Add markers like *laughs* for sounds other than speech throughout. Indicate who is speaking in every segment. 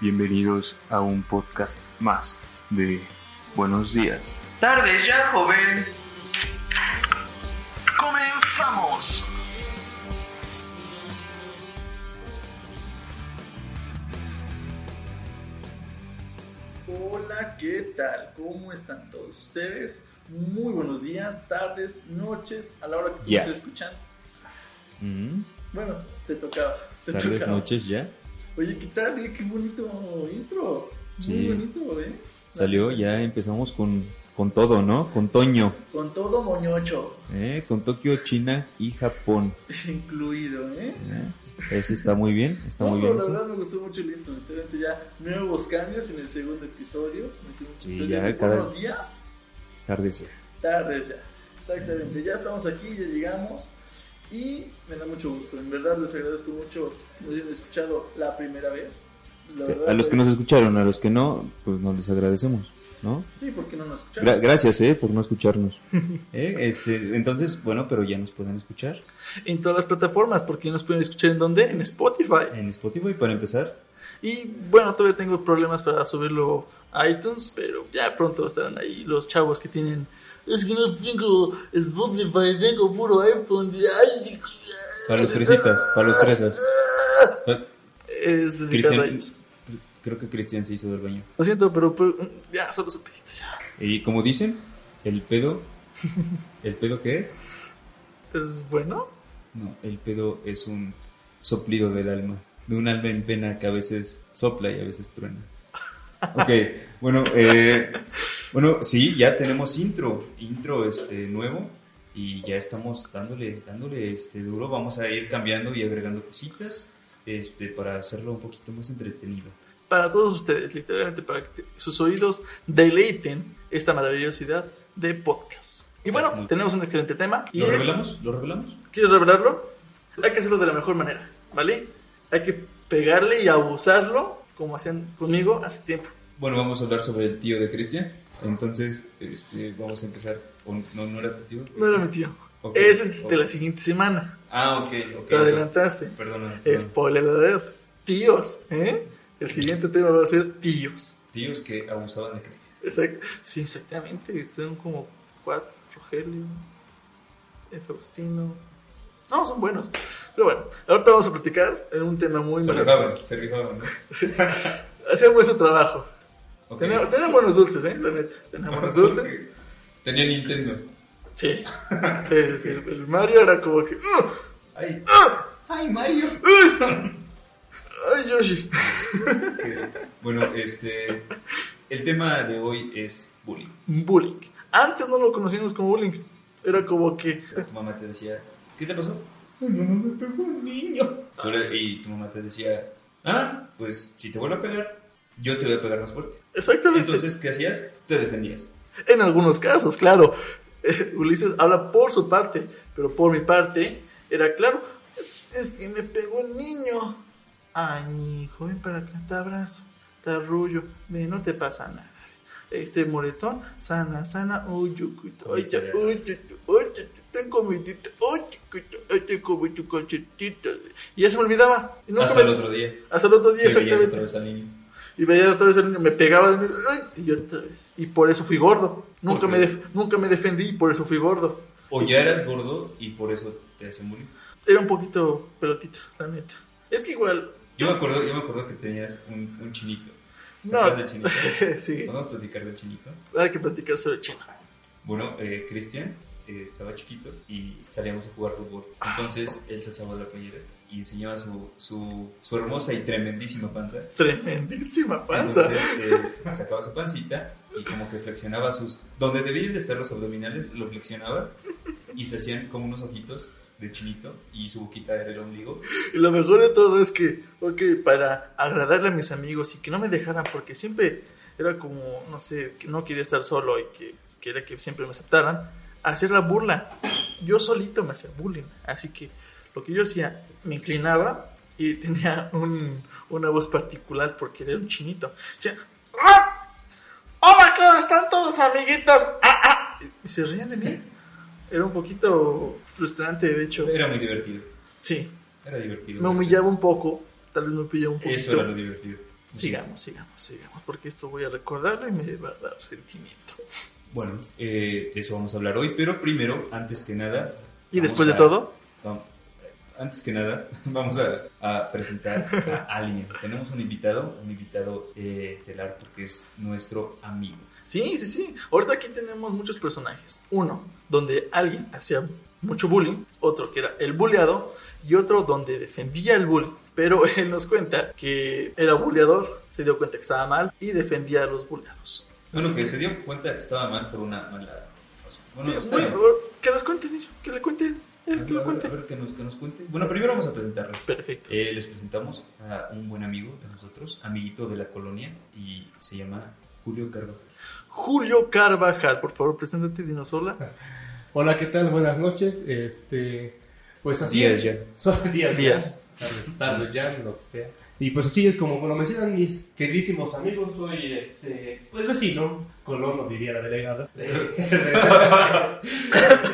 Speaker 1: Bienvenidos a un podcast más de Buenos días.
Speaker 2: Tardes ya, joven. Comenzamos.
Speaker 3: Hola, ¿qué tal? ¿Cómo están todos ustedes? Muy buenos días, tardes, noches, a la hora que
Speaker 4: Ya.
Speaker 3: se escuchan.
Speaker 4: Mm,
Speaker 3: Bueno, te tocaba. Te
Speaker 4: Tardes,
Speaker 3: tocaba.
Speaker 4: noches ya.
Speaker 3: Oye, ¿qué tal? eh? Qué bonito intro. Muy
Speaker 4: Sí.
Speaker 3: bonito, ¿eh?
Speaker 4: Salió, ya empezamos con, con todo, ¿no? Con Toño,
Speaker 3: Con todo moñocho *laughs*
Speaker 4: ¿eh? con Tokio, China y Japón.
Speaker 3: incluido, ¿eh?
Speaker 4: ¿eh? Eso está muy bien, está muy
Speaker 3: No,
Speaker 4: bien.
Speaker 3: pero la
Speaker 4: eso.
Speaker 3: verdad me gustó mucho el intro. Literalmente ya nuevos cambios en el segundo episodio. En el segundo
Speaker 4: Sí,
Speaker 3: episodio
Speaker 4: ya,
Speaker 3: de
Speaker 4: cada-
Speaker 3: Buenos días,
Speaker 4: Tardes ya.
Speaker 3: tardes ya. Exactamente, ya estamos aquí, ya llegamos. Y me da mucho gusto. En verdad les agradezco mucho que nos hayan escuchado la primera vez. La verdad,
Speaker 4: A los que
Speaker 3: eh,
Speaker 4: nos escucharon, a los que no, pues nos les agradecemos, ¿no?
Speaker 3: Sí, porque no nos escucharon.
Speaker 4: Gra- gracias, ¿eh? Por
Speaker 3: *laughs*
Speaker 4: no escucharnos. ¿Eh? Este, entonces, bueno, pero ya nos pueden escuchar
Speaker 3: en todas las plataformas, porque nos pueden escuchar en dónde? En Spotify.
Speaker 4: en Spotify para empezar.
Speaker 3: Y bueno, todavía tengo problemas para subirlo a iTunes, pero ya pronto estarán ahí los chavos que tienen. Es que no tengo Spotify, tengo puro iPhone. y- ay,
Speaker 4: Para los fresitas, para los fresas. Pa-
Speaker 3: es dedicado a
Speaker 4: Cristian,
Speaker 3: ellos.
Speaker 4: creo que Cristian se hizo del baño.
Speaker 3: Lo siento, pero, pero, ya, solo su pedito, ya.
Speaker 4: Y como dicen, el pedo, ¿el pedo qué es?
Speaker 3: ¿Es pues, bueno?
Speaker 4: No, el pedo es un soplido del alma, de un alma en pena que a veces sopla y a veces truena. Ok, bueno, eh, bueno, sí, ya tenemos intro, intro este nuevo y ya estamos dándole, dándole este duro. Vamos a ir cambiando y agregando cositas, este, para hacerlo un poquito más entretenido.
Speaker 3: Para todos ustedes, literalmente, para que sus oídos deleiten esta maravillosidad de podcast. Y bueno,
Speaker 4: Muy-
Speaker 3: tenemos un excelente tema. Y
Speaker 4: ¿Lo
Speaker 3: es-
Speaker 4: revelamos? ¿Lo revelamos?
Speaker 3: ¿Quieres revelarlo? Hay que hacerlo de la mejor manera, ¿vale? Hay que pegarle y abusarlo como hacían conmigo hace tiempo.
Speaker 4: Bueno, vamos a hablar sobre el tío de Cristian. Entonces, este, vamos a empezar con... No, no era tu tío.
Speaker 3: No era mi tío.
Speaker 4: Ok,
Speaker 3: Ese es
Speaker 4: ok.
Speaker 3: de la siguiente semana.
Speaker 4: Ah, ok, ok.
Speaker 3: Te
Speaker 4: ok.
Speaker 3: adelantaste.
Speaker 4: Perdona. perdona.
Speaker 3: Spoiler alert. Tíos, ¿eh? El siguiente tema va a ser tíos.
Speaker 4: Tíos que abusaban de Cristian.
Speaker 3: Exact- Sí, exactamente. Son como cuatro. Rogelio, eh, Faustino. No, son buenos. Pero bueno, ahorita vamos a platicar en un tema muy...
Speaker 4: Se rifaban, se rifaban, ¿no?
Speaker 3: *laughs* Hacían buen su trabajo.
Speaker 4: Ok.
Speaker 3: Tenemos Tenían buenos dulces, ¿eh? La neta. Tenían buenos dulces.
Speaker 4: Tenía Nintendo.
Speaker 3: Sí, sí, sí, sí. El Mario era como que. "Ugh,
Speaker 4: Ay,
Speaker 2: Ay, Mario.
Speaker 3: ¡Ay, Yoshi!
Speaker 4: qué- Bueno, este... El tema de hoy es bullying.
Speaker 3: Bullying. Antes no lo conocíamos como bullying. Era como que.
Speaker 4: Tu mamá te decía... ¿Qué te pasó?
Speaker 2: No me pegó un niño.
Speaker 4: Tú le- Y tu mamá te decía... Ah, pues si te vuelvo a pegar, yo te voy a pegar más fuerte.
Speaker 3: Exactamente.
Speaker 4: Entonces, ¿qué hacías? Te defendías.
Speaker 3: En algunos casos, claro. Eh, Ulises habla por su parte, pero por mi parte era claro. Es que me pegó un niño. Ay, hijo, ven para acá, te abrazo, te arrullo, ve, no te pasa nada. Este moretón, sana, sana, uy, yucuito, ay, ya, uy, yucu, uy, yucu, tengo mi tita, uy, yucuito, ay, te comí tu cachetito. Y ya se me olvidaba. Y nunca
Speaker 4: Hasta el
Speaker 3: me-
Speaker 4: otro día.
Speaker 3: Hasta el otro día,
Speaker 4: Que veías
Speaker 3: exactamente.
Speaker 4: otra vez al niño.
Speaker 3: Y veía otra vez el niño, me pegaba de mí, ¡ay! y otra vez. Y por eso fui gordo. Nunca
Speaker 4: ¿Por
Speaker 3: me,
Speaker 4: qué?
Speaker 3: def- nunca me defendí y por eso fui gordo.
Speaker 4: O ya eras gordo y por eso te hacían bullying.
Speaker 3: Era un poquito pelotito, la neta. Es que igual.
Speaker 4: Yo me acuerdo, yo me acuerdo que tenías un, un chinito. ¿Te
Speaker 3: No.
Speaker 4: acuerdas del
Speaker 3: *laughs*
Speaker 4: chinito?
Speaker 3: sí,
Speaker 4: ¿Podemos platicar del chinito?
Speaker 3: hay que platicar sobre China.
Speaker 4: Bueno, eh, Cristian
Speaker 5: eh, estaba chiquito y salíamos a jugar fútbol. Entonces él se alzaba la playera y enseñaba su, su, su hermosa y tremendísima panza.
Speaker 3: Tremendísima panza.
Speaker 5: Entonces eh, sacaba su pancita y como que flexionaba sus... Donde debían de estar los abdominales, lo flexionaba y se hacían como unos ojitos de chinito y su boquita era el ombligo.
Speaker 3: Y lo mejor de todo es que, ok, para agradarle a mis amigos y que no me dejaran, porque siempre era como, no sé, que no quería estar solo y que quería que siempre me aceptaran, hacer la burla. Yo solito me hacía bullying. Así que lo que yo hacía, me inclinaba y tenía un- una voz particular porque era un chinito. Decía, ¡Ah! ¡Oh my god! ¡Están todos amiguitos! ¡Ah, ah! Y se reían de mí. Era un poquito frustrante, de hecho.
Speaker 5: Era muy divertido.
Speaker 3: Sí,
Speaker 5: Era divertido.
Speaker 3: me humillaba un poco, tal vez me humillaba un poquito.
Speaker 5: Eso era lo divertido.
Speaker 3: Sigamos, sigamos, sigamos, porque esto voy a recordarlo y me va a dar sentimiento.
Speaker 5: Bueno, eh, de eso vamos a hablar hoy, pero primero, antes que nada...
Speaker 3: Y
Speaker 5: vamos
Speaker 3: después de
Speaker 5: a-
Speaker 3: todo,
Speaker 5: vam- eh, Antes que nada, *laughs* vamos a, a presentar a alguien. Tenemos un invitado, un invitado eh, estelar porque es nuestro amigo.
Speaker 3: sí, sí, sí. Ahorita aquí tenemos muchos personajes. Uno, donde alguien hacía mucho bullying, otro que era el bulleado, y otro donde defendía el bullying. Pero *laughs* él nos cuenta que era bulleador, se dio cuenta que estaba mal y defendía a los bulleados.
Speaker 5: Bueno, que se dio cuenta que estaba mal por una mala razón. Bueno,
Speaker 3: Sí,
Speaker 5: está
Speaker 3: muy-
Speaker 5: bien.
Speaker 3: que les cuente, niño, que le cuente, él,
Speaker 5: A
Speaker 3: él, que
Speaker 5: ver,
Speaker 3: lo
Speaker 5: a ver,
Speaker 3: cuente.
Speaker 5: a ver, que nos, que nos cuente. Bueno, primero vamos a presentarlo.
Speaker 3: Perfecto.
Speaker 5: Eh, les presentamos a un buen amigo de nosotros, amiguito de la colonia, y se llama Julio Carvajal.
Speaker 3: Julio Carvajal, por favor, preséntate, dinos hola.
Speaker 6: Hola, ¿qué tal? Buenas noches. Este, pues así
Speaker 5: Días
Speaker 6: es.
Speaker 5: ya.
Speaker 6: *laughs* Son días,
Speaker 3: Días.
Speaker 6: ya. Tardes, tardes ya, lo que sea. Y pues así es como me lo mencionan mis queridísimos amigos. Soy este, pues vecino, colono diría la delegada. *laughs* De,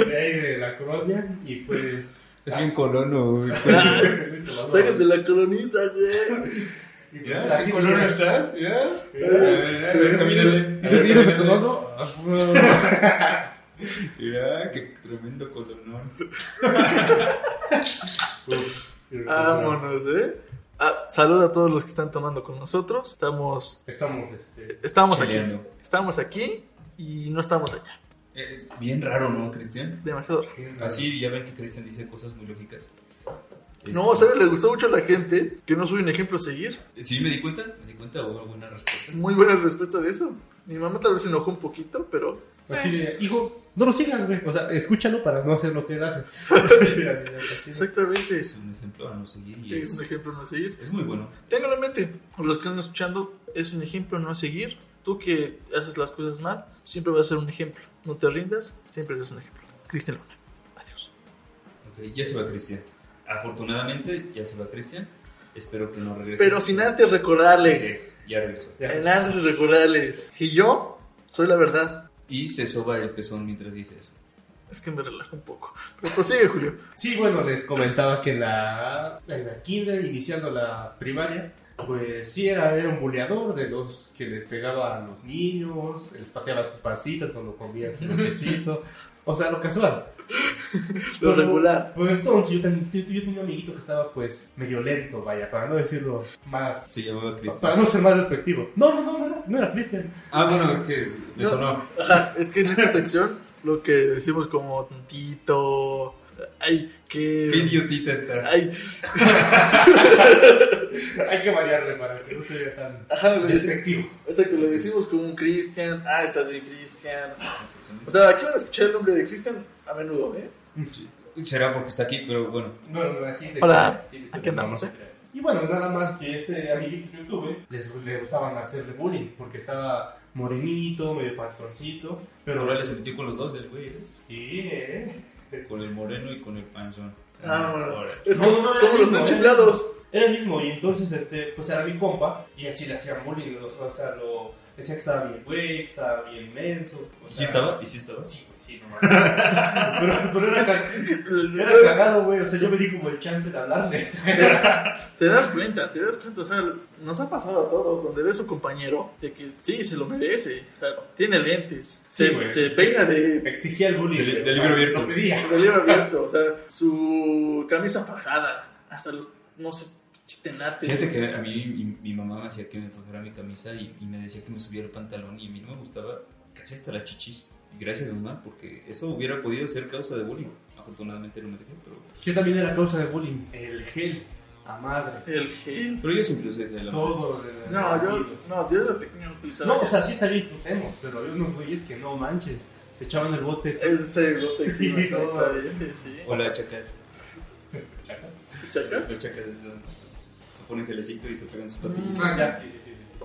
Speaker 6: de ahí de la colonia. Y pues.
Speaker 5: *laughs* colono.
Speaker 3: Sáquense de la colonita, güey.
Speaker 6: Y pues,
Speaker 5: ¿Ya?
Speaker 6: así
Speaker 5: ¿Qué colonia
Speaker 6: es.
Speaker 5: estás? ¿Ya?
Speaker 6: Eh, ¿Eres eres de colono?
Speaker 5: Mira, qué tremendo colonón.
Speaker 3: Vámonos, ¿eh? Ah, saluda a todos los que están tomando con nosotros. Estamos, eh,
Speaker 6: Estamos, este.
Speaker 3: estamos aquí.
Speaker 5: Chileando.
Speaker 3: Estamos aquí y no estamos allá.
Speaker 5: Eh, bien raro, ¿no, Cristian?
Speaker 3: Demasiado. raro.
Speaker 5: Así ya ven que Cristian dice cosas muy lógicas.
Speaker 3: No,
Speaker 5: Este,
Speaker 3: ¿sabes? Le gustó mucho a la gente que no soy un ejemplo a seguir.
Speaker 5: Sí, me di cuenta, me di cuenta, hubo buena respuesta.
Speaker 3: Muy buena respuesta de eso. Mi mamá tal vez se enojó un poquito, pero
Speaker 6: Así de, hijo, no lo sigas, güey. O sea, escúchalo para no hacer lo que él hace.
Speaker 3: exactamente
Speaker 5: Es
Speaker 3: eso.
Speaker 5: un ejemplo a no seguir. y
Speaker 3: Es un ejemplo a no seguir.
Speaker 5: Es muy bueno.
Speaker 3: Téngalo en mente. Los que están escuchando es un ejemplo no a seguir. Tú que haces las cosas mal, siempre vas a ser un ejemplo. No te rindas, siempre eres un ejemplo. Cristian Luna. Adiós.
Speaker 5: Ok, ya se va Cristian. Afortunadamente, ya se va Cristian. Espero que no regrese.
Speaker 3: Pero sin antes recordarles.
Speaker 5: Eh, ya regresó.
Speaker 6: Ya.
Speaker 3: En antes de recordarles que yo soy la verdad.
Speaker 5: Y se soba el pezón mientras dice eso.
Speaker 3: Es que me relajo un poco. Pero prosigue, Julio.
Speaker 6: Sí, bueno, les comentaba que en la, en la kinder, iniciando la primaria, pues sí era, era un buleador de los que les pegaba a los niños, les pateaba sus pasitas cuando comían su nochecito. O sea, lo casual.
Speaker 3: Lo
Speaker 6: Pero,
Speaker 3: regular.
Speaker 6: Pues entonces yo, también- yo- yo tenía un amiguito que estaba pues medio lento, vaya, para no decirlo más...
Speaker 5: Se llamaba Cristian.
Speaker 6: Para no ser más despectivo. No, no, no, no, no, no era Cristian.
Speaker 5: Ah, bueno, es que me
Speaker 3: No.
Speaker 5: sonó.
Speaker 3: Ajá, es que en esta sección lo que decimos como tontito. Ay,
Speaker 5: Qué
Speaker 3: qué.
Speaker 5: idiotita está.
Speaker 3: Ay,
Speaker 6: Hay que variarle para que no se vea tan
Speaker 3: ajá, lo decimos,
Speaker 6: despectivo.
Speaker 3: exacto, lo decimos como un Cristian. Ah, estás bien, Cristian. O sea, aquí van a escuchar el nombre de Cristian a menudo, ¿eh?
Speaker 5: Sí. Será porque está aquí, pero bueno.
Speaker 6: No, no, así de
Speaker 3: Hola,
Speaker 6: sí,
Speaker 3: aquí andamos,
Speaker 6: no, no.
Speaker 5: ¿eh?
Speaker 6: Y bueno, nada más que este amiguito que tuve, les, le gustaban hacerle bullying, porque estaba morenito, medio panzoncito, pero...
Speaker 5: Pero ahora se metió con los dos, el güey. ¿eh?
Speaker 6: Sí, eh.
Speaker 5: Con el moreno y con el panzón.
Speaker 3: Ah, bueno.
Speaker 5: Ahora.
Speaker 3: Es
Speaker 6: No,
Speaker 3: como-
Speaker 6: no, no,
Speaker 3: somos los
Speaker 6: no, no.
Speaker 3: enchilados.
Speaker 6: Era el mismo, y entonces, este, pues era mi compa, y así le hacían bullying, o sea, o sea, lo... Decía que estaba bien güey, que estaba bien menso. o
Speaker 5: ¿Y
Speaker 6: sea-
Speaker 5: sí estaba? ¿Y sí estaba?
Speaker 6: Sí, güey, sí, no mames. *laughs* pero, pero era, ca- era cagado, güey, o sea, yo me di como el chance de hablarle. *laughs*
Speaker 3: Te das cuenta, te das cuenta, o sea, nos ha pasado a todos, donde ves a un compañero de que sí, se lo merece, o sea, tiene lentes,
Speaker 6: Sí,
Speaker 3: se,
Speaker 6: güey.
Speaker 3: se peina de,
Speaker 6: Exigía el bullying.
Speaker 5: Del-
Speaker 6: güey,
Speaker 5: del
Speaker 6: o sea,
Speaker 5: libro abierto.
Speaker 6: Lo pedía.
Speaker 3: de libro abierto, o sea, su camisa fajada, hasta los, no sé, chitenates.
Speaker 5: Fíjate que a mí mi, mi mamá me hacía que me fajara mi camisa y, y me decía que me subiera el pantalón y a mí no me gustaba casi hasta las chichis. Gracias, mamá, porque eso hubiera podido ser causa de bullying. Afortunadamente no me dejé, pero...
Speaker 6: ¿Qué también era causa de bullying? El gel. A madre.
Speaker 3: El gel.
Speaker 5: Pero yo siempre usé gel.
Speaker 6: Todo. de-
Speaker 3: No, yo, no, yo desde pequeño utilizaba.
Speaker 6: No, o
Speaker 3: gel.
Speaker 6: sea, sí está bien que usemos, pero había unos güeyes que no manches. Se echaban el bote.
Speaker 3: En serio, te exhibo,
Speaker 6: *laughs* Sí,
Speaker 3: exacto,
Speaker 6: no,
Speaker 3: eh, sí.
Speaker 5: Hola, chacas.
Speaker 3: ¿Chaca?
Speaker 5: Los chacas eh, se ponen gelecito y se pegan sus
Speaker 3: Mm.
Speaker 5: patillas.
Speaker 6: Ah, ya, sí, sí, sí. sí.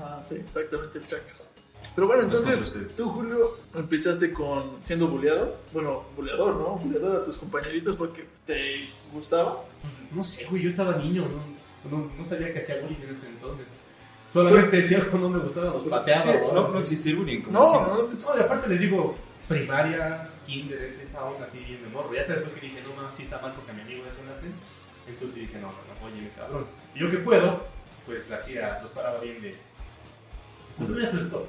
Speaker 3: Ah, sí, exactamente, el chacas. Pero bueno, entonces,
Speaker 5: Entonces,
Speaker 3: tú, Julio, empezaste con siendo buleado. Bueno, buleador, ¿no? Buleador a tus compañeritos porque te gustaba.
Speaker 6: No sé, güey, yo estaba niño, no, no, no sabía que hacía bullying en ese entonces. Solamente si algo no me gustaba, los pateaba.
Speaker 5: Es que
Speaker 6: o algo
Speaker 5: no, no
Speaker 6: así.
Speaker 5: existía el bullying. Como
Speaker 3: No,
Speaker 5: decimos.
Speaker 3: no,
Speaker 6: No, y aparte les digo, primaria, kinder, es esa onda así bien de morro. Ya hasta después que dije, no, más, sí está mal porque a mi amigo eso lo hacen. Entonces dije, no, no, oye, mi cabrón. Y yo que puedo, pues la hacía, los paraba bien de... Pues me asustó.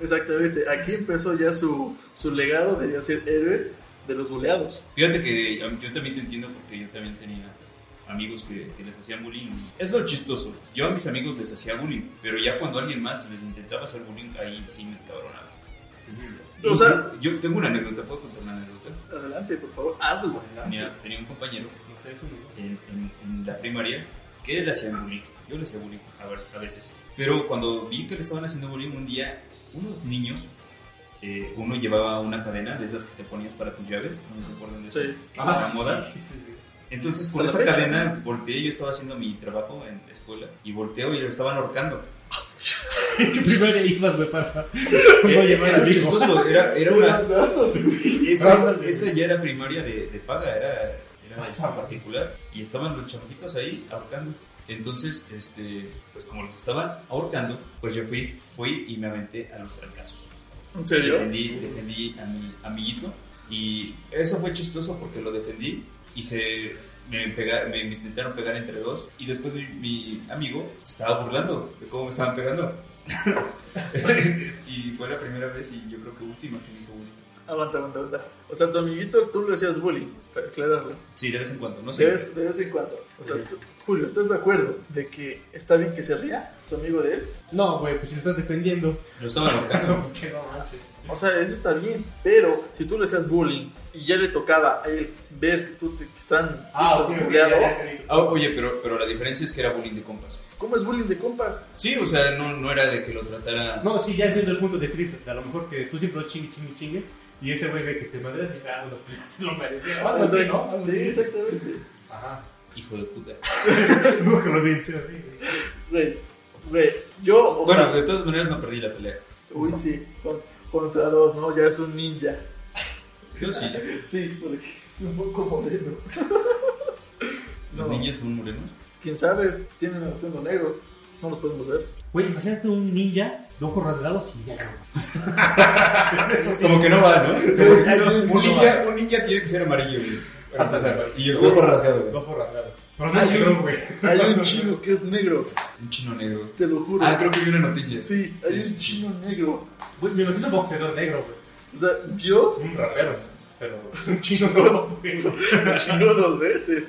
Speaker 3: exactamente. Aquí empezó ya su, su legado de ser héroe de los buleados.
Speaker 5: Fíjate que um, yo también te entiendo porque yo también tenía amigos que, que les hacían bullying. Es lo chistoso. Yo a mis amigos les hacía bullying, pero ya cuando alguien más les intentaba hacer bullying, ahí sí me cabronaba.
Speaker 3: O sea-
Speaker 5: yo, yo tengo una anécdota, ¿puedo contar una anécdota?
Speaker 3: Adelante, por favor, hazlo.
Speaker 5: Tenía, tenía un compañero
Speaker 6: No sé, eso no.
Speaker 5: en, en- en la primaria que le hacían bullying. Yo le hacía bullying a, ver- a veces. Pero cuando vi que le estaban haciendo bullying un día, unos niños, eh, uno llevaba una cadena de esas que te ponías para tus llaves, no se acuerdan de eso,
Speaker 3: Sí.
Speaker 5: para la moda.
Speaker 6: Sí, sí, *laughs* sí.
Speaker 5: Entonces con
Speaker 3: Hasta
Speaker 5: esa
Speaker 3: la fecha.
Speaker 5: cadena volteé, yo estaba haciendo mi trabajo en la escuela y volteo y lo estaban ahorcando.
Speaker 6: ¿Qué primaria ibas, güey, para? *laughs*
Speaker 5: Eh,
Speaker 6: No llevar
Speaker 5: era
Speaker 6: al hijo.
Speaker 5: chistoso, era, era una... Esa,
Speaker 6: Ándale.
Speaker 5: esa ya era primaria de, de paga, era, era este,
Speaker 6: Ah,
Speaker 5: particular. Y estaban los chamaquitos ahí ahorcando. Entonces, este, pues como los estaban ahorcando, pues yo fui, fui y me aventé a los trancazos.
Speaker 3: ¿En serio?
Speaker 5: Defendí, defendí a mi amiguito y eso fue chistoso porque lo defendí y se me, pega- me, me intentaron pegar entre dos y después mi, mi amigo se estaba burlando de cómo me estaban pegando. y fue la primera vez y yo creo que última que me hizo bullying.
Speaker 3: Aguanta, aguanta, aguanta. O sea, tu amiguito, tú le hacías bullying, para aclararlo.
Speaker 5: Sí, de vez en cuando, no sé.
Speaker 3: De vez, de vez en cuando. O sea, tú- Julio, ¿estás de acuerdo de que está bien que se ría su amigo de él?
Speaker 6: No, güey, pues si lo estás *laughs* defendiendo.
Speaker 5: Lo estaban ahorcando.
Speaker 6: No, pues que no manches.
Speaker 3: O sea, eso está bien, pero si tú le hacías bullying y ya le tocaba a él ver que tú te que están
Speaker 6: Ah, ok,
Speaker 3: estás
Speaker 6: ok, ya,
Speaker 3: buleado,
Speaker 6: ya, ya.
Speaker 5: Ah, oye, pero, pero la diferencia es que era bullying de compas.
Speaker 3: ¿cómo es bullying de compas?
Speaker 5: Sí, o sea, no, no era de que lo tratara.
Speaker 6: No, sí, ya entiendo el punto de Chris. A lo mejor que tú siempre lo chingue, chingue, chingue. Y ese güey de que te madre dice, ah, bueno, pues, se lo merecía. o *laughs* algo
Speaker 3: O sea,
Speaker 6: así, ¿no? Algo
Speaker 3: Sí,
Speaker 6: así.
Speaker 3: exactamente.
Speaker 6: Ajá.
Speaker 5: Hijo de
Speaker 6: *laughs*
Speaker 5: puta.
Speaker 6: No, que lo piense así. güey.
Speaker 3: Güey, güey, yo...
Speaker 5: Bueno, de todas maneras no perdí la pelea.
Speaker 3: Uy, sí, con- contra dos, ¿no? Ya es un ninja.
Speaker 5: Yo sí.
Speaker 3: Sí, porque es un poco moreno.
Speaker 6: *laughs*
Speaker 5: Los
Speaker 3: No.
Speaker 5: niños son morenos.
Speaker 3: Quién sabe, tienen el fondo negro, no los podemos
Speaker 6: *laughs*
Speaker 3: ver.
Speaker 6: Güey, imagínate un ninja de ojos rasgados y ya.
Speaker 5: Como que no va,
Speaker 3: *laughs*
Speaker 5: ¿no?
Speaker 6: Un
Speaker 5: Un ninja, un ninja tiene que ser amarillo, güey. Para empezar. Y el ojo rasgado, güey.
Speaker 6: Ojos rasgados. Pero no
Speaker 3: Hay
Speaker 6: es negro,
Speaker 3: un-
Speaker 6: güey.
Speaker 3: Hay un
Speaker 6: *laughs*
Speaker 3: chino que es negro,
Speaker 5: Un chino negro.
Speaker 3: te lo juro.
Speaker 5: Ah, creo que vi una noticia.
Speaker 3: Sí, hay un chino negro.
Speaker 6: Güey, me imagino un boxeador negro, güey.
Speaker 3: O sea,
Speaker 6: *laughs*
Speaker 3: Dios
Speaker 6: Un rapero. Pero *laughs* un chino no, güey.
Speaker 3: me chingó dos veces.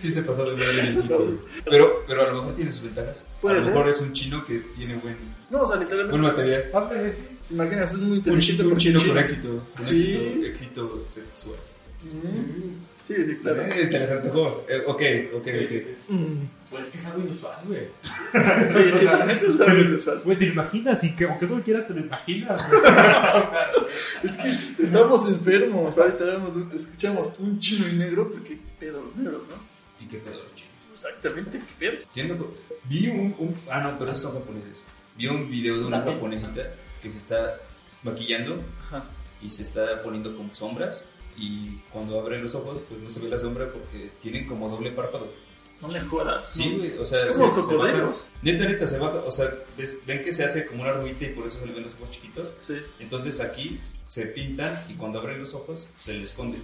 Speaker 5: Sí se pasó la verdad en el sitio. Pero, pero a lo mejor tiene sus ventajas.
Speaker 3: Puede
Speaker 5: a lo
Speaker 3: ser.
Speaker 5: mejor es un chino que tiene buen,
Speaker 3: No, o sea,
Speaker 5: buen
Speaker 3: literalmente,
Speaker 5: material.
Speaker 6: Aparte, sí.
Speaker 3: te imaginas, es muy
Speaker 5: Un
Speaker 3: inteligente.
Speaker 5: chino, un
Speaker 3: porque
Speaker 5: chino
Speaker 3: es
Speaker 5: con éxito. Con
Speaker 3: Sí.
Speaker 5: éxito, éxito sexual.
Speaker 3: Mm. Sí, sí, claro.
Speaker 5: Eh, Se les antojó. Eh, ok, ok, ok.
Speaker 3: Mm.
Speaker 6: Pues es que es algo inusual, güey.
Speaker 3: *laughs* Sí, *laughs* literalmente es algo inusual.
Speaker 6: Güey, te lo imaginas y que aunque no quieras te lo imaginas,
Speaker 3: *laughs* Es que estamos enfermos. Ahorita vemos un- escuchamos un chino y negro porque qué pedo los negros, ¿no?
Speaker 5: ¿Y qué pedo los chinos?
Speaker 3: Exactamente, qué pedo.
Speaker 5: Entiendo, Vi un, un- Ah, no, pero esos son japoneses. Vi un video de una
Speaker 3: También.
Speaker 5: japonesita que se está maquillando
Speaker 3: Ajá.
Speaker 5: y se está poniendo como sombras. Y cuando abre los ojos, pues no se ve la sombra porque tienen como doble párpado.
Speaker 3: No me jodas.
Speaker 5: Sí,
Speaker 3: ¿no?
Speaker 5: güey, o sea,
Speaker 3: Es como
Speaker 5: se- se
Speaker 3: cocodrilos.
Speaker 5: baja- Neta, neta, se baja. O sea, ves- ven que se hace como una arruguita y por eso se le ven los ojos chiquitos.
Speaker 3: Sí.
Speaker 5: Entonces aquí se pintan y cuando abren los ojos se le esconden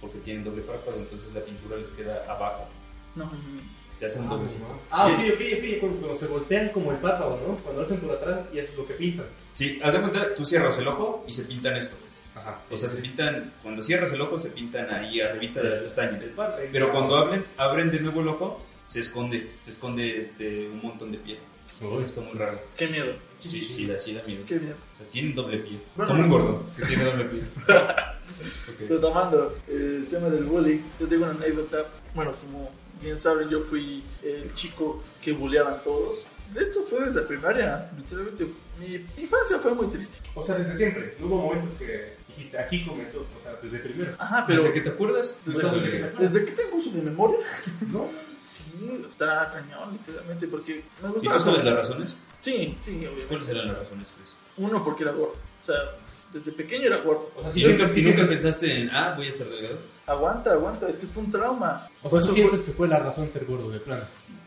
Speaker 5: porque tienen doble párpado. Entonces la pintura les queda abajo.
Speaker 3: No, mm,
Speaker 5: Te hacen doblecito.
Speaker 6: Ah,
Speaker 5: Sí.
Speaker 6: ok, ok, ok. Cuando, cuando se voltean como el párpado, ¿no? Cuando lo hacen por atrás y eso es lo que pintan.
Speaker 5: Sí, haz de cuenta, tú cierras el ojo y se pintan esto.
Speaker 6: Ajá.
Speaker 5: O sea, se pintan, cuando cierras el ojo se pintan ahí arribita de las pestañas.
Speaker 6: El párpado.
Speaker 5: Pero cuando abren, abren de nuevo el ojo, se esconde, se esconde este, un montón de piel. Uy, está muy raro.
Speaker 3: Qué miedo.
Speaker 5: Sí, sí, da, sí, da miedo.
Speaker 3: Qué miedo.
Speaker 5: O sea, tiene doble pie.
Speaker 3: Bueno,
Speaker 5: Como un
Speaker 3: no.
Speaker 5: gordo que tiene doble pie. Ok.
Speaker 3: Retomando eh, el tema del bullying, yo tengo una anécdota. Bueno, como bien saben, yo fui el chico que bulleaban todos. De hecho, fue desde primaria. Literalmente, mi infancia fue muy triste.
Speaker 6: O sea, desde siempre. No hubo momentos que dijiste, aquí comenzó, o sea, desde primero.
Speaker 3: Ajá, pero
Speaker 5: ¿Desde que te acuerdas?
Speaker 3: desde-
Speaker 5: Está doble
Speaker 6: que-
Speaker 5: pie.
Speaker 3: desde que tengo uso de memoria,
Speaker 6: No,
Speaker 3: sí, está cañón, literalmente, porque me
Speaker 5: ¿Y
Speaker 3: gustaba.
Speaker 5: tú sabes las razones?
Speaker 3: Sí, sí, obviamente.
Speaker 5: ¿Cuáles eran las razones? Chris?
Speaker 3: Uno, porque era gordo. O sea, desde pequeño era gordo.
Speaker 6: o sea,
Speaker 5: ¿Y
Speaker 6: si
Speaker 5: nunca, y nunca pensaste en, ah, voy a ser delgado?
Speaker 3: Aguanta, aguanta, es que fue un trauma.
Speaker 6: O sea,
Speaker 3: Eso
Speaker 6: tú
Speaker 3: fue-
Speaker 6: sientes que fue la razón ser gordo, de plano.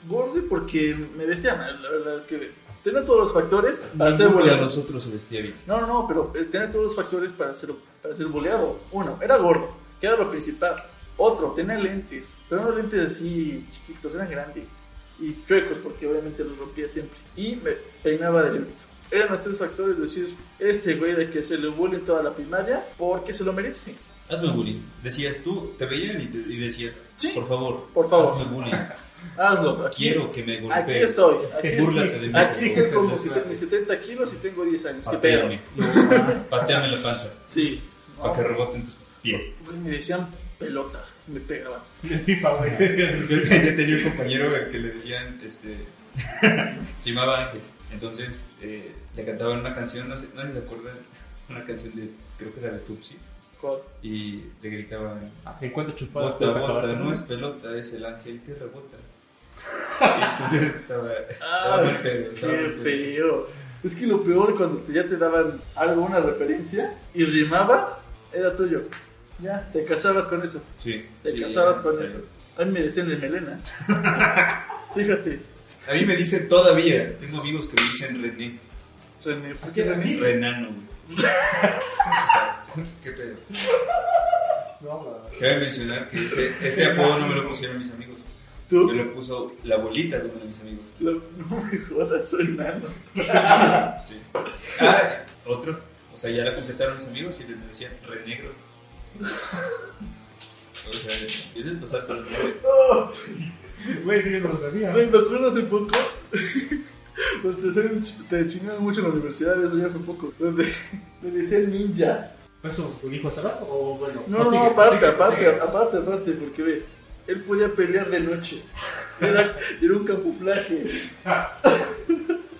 Speaker 3: gordo porque me vestía mal, la verdad es que tenía todos los factores para ser
Speaker 5: Ninguno de
Speaker 3: boleado.
Speaker 5: nosotros se vestía bien.
Speaker 3: No, no, no, pero eh, tenía todos los factores para ser, para ser boleado. Uno, era gordo, que era lo principal. Otro, tenía lentes, pero no lentes así chiquitos, eran grandes y chuecos porque obviamente los rompía siempre. Y me peinaba de librito. Eran los tres factores, es decir, este güey era el que se le bullying toda la primaria porque se lo merece.
Speaker 5: Hazme bullying. Decías tú, te veían y, te- y decías,
Speaker 3: Sí.
Speaker 5: por favor,
Speaker 3: Por favor.
Speaker 5: hazme
Speaker 3: *laughs*
Speaker 5: bullying.
Speaker 3: Hazlo, aquí,
Speaker 5: Quiero que me golpees.
Speaker 3: aquí estoy. Aquí,
Speaker 5: Búrlate
Speaker 3: estoy.
Speaker 5: de mí,
Speaker 3: Aquí
Speaker 5: por
Speaker 3: estoy
Speaker 6: favor.
Speaker 3: con mis sete- mis 70 kilos y tengo 10 años. ¿Qué pedo?
Speaker 5: Pateame.
Speaker 3: *laughs*
Speaker 5: Pateame la panza
Speaker 3: Sí.
Speaker 5: para que reboten tus *laughs* pies.
Speaker 3: Pues me decían pelota, me pegaban.
Speaker 6: En FIFA, güey. *laughs*
Speaker 5: Yo tenía, tenía un compañero al que le decían, este, *laughs* se llamaba Ángel. Entonces eh, le cantaban una canción, no sé, no sé si se acuerdan, una canción de, creo que era de Tupsi.
Speaker 3: Con-
Speaker 5: Y le gritaban,
Speaker 6: Ah, ¿En cuánto chupadas
Speaker 5: bota,
Speaker 6: puedes acabar
Speaker 5: bota,
Speaker 6: con
Speaker 5: no
Speaker 6: una?
Speaker 5: es pelota, es el ángel que rebota. Y entonces estaba, estaba muy
Speaker 3: Ay,
Speaker 5: pedo,
Speaker 3: qué
Speaker 5: estaba muy pedo.
Speaker 3: feo. Es que lo peor cuando te- ya te daban algo, una referencia, y rimaba, era tuyo. Ya, te casabas con eso.
Speaker 5: Sí,
Speaker 3: Te
Speaker 5: sí,
Speaker 3: casabas con
Speaker 5: sí.
Speaker 3: eso. A mí me decían el melenas. Fíjate,
Speaker 5: A mí me dicen todavía, tengo amigos que me dicen René.
Speaker 3: René. ¿por
Speaker 6: qué René?
Speaker 5: Renano, güey. O sea, qué pedo.
Speaker 6: No, güey.
Speaker 5: Cabe mencionar que ese, ese apodo no me lo pusieron mis amigos.
Speaker 3: Tú,
Speaker 5: Me lo puso la bolita de uno de mis amigos.
Speaker 3: lo- no me jodas, soy nano.
Speaker 5: Sí. Ah, otro. O sea, ya la completaron mis amigos y les decían renegro. O sea, tienes que pasarse el nombre.
Speaker 3: Oh,
Speaker 6: Güey, sí, yo no lo sabía.
Speaker 3: Güey, me acuerdo hace poco. *laughs* Donde te, hacían un ch- te chingaban mucho en la universidad, eso ya fue poco. Donde me decían ninja.
Speaker 6: ¿Eso lo dijo hace rato o bueno?
Speaker 3: No, no,
Speaker 6: prosigue,
Speaker 3: aparte,
Speaker 6: prosigue,
Speaker 3: aparte,
Speaker 6: prosigue.
Speaker 3: aparte, aparte, porque ve, él podía pelear de noche. *laughs* Era, era un camuflaje.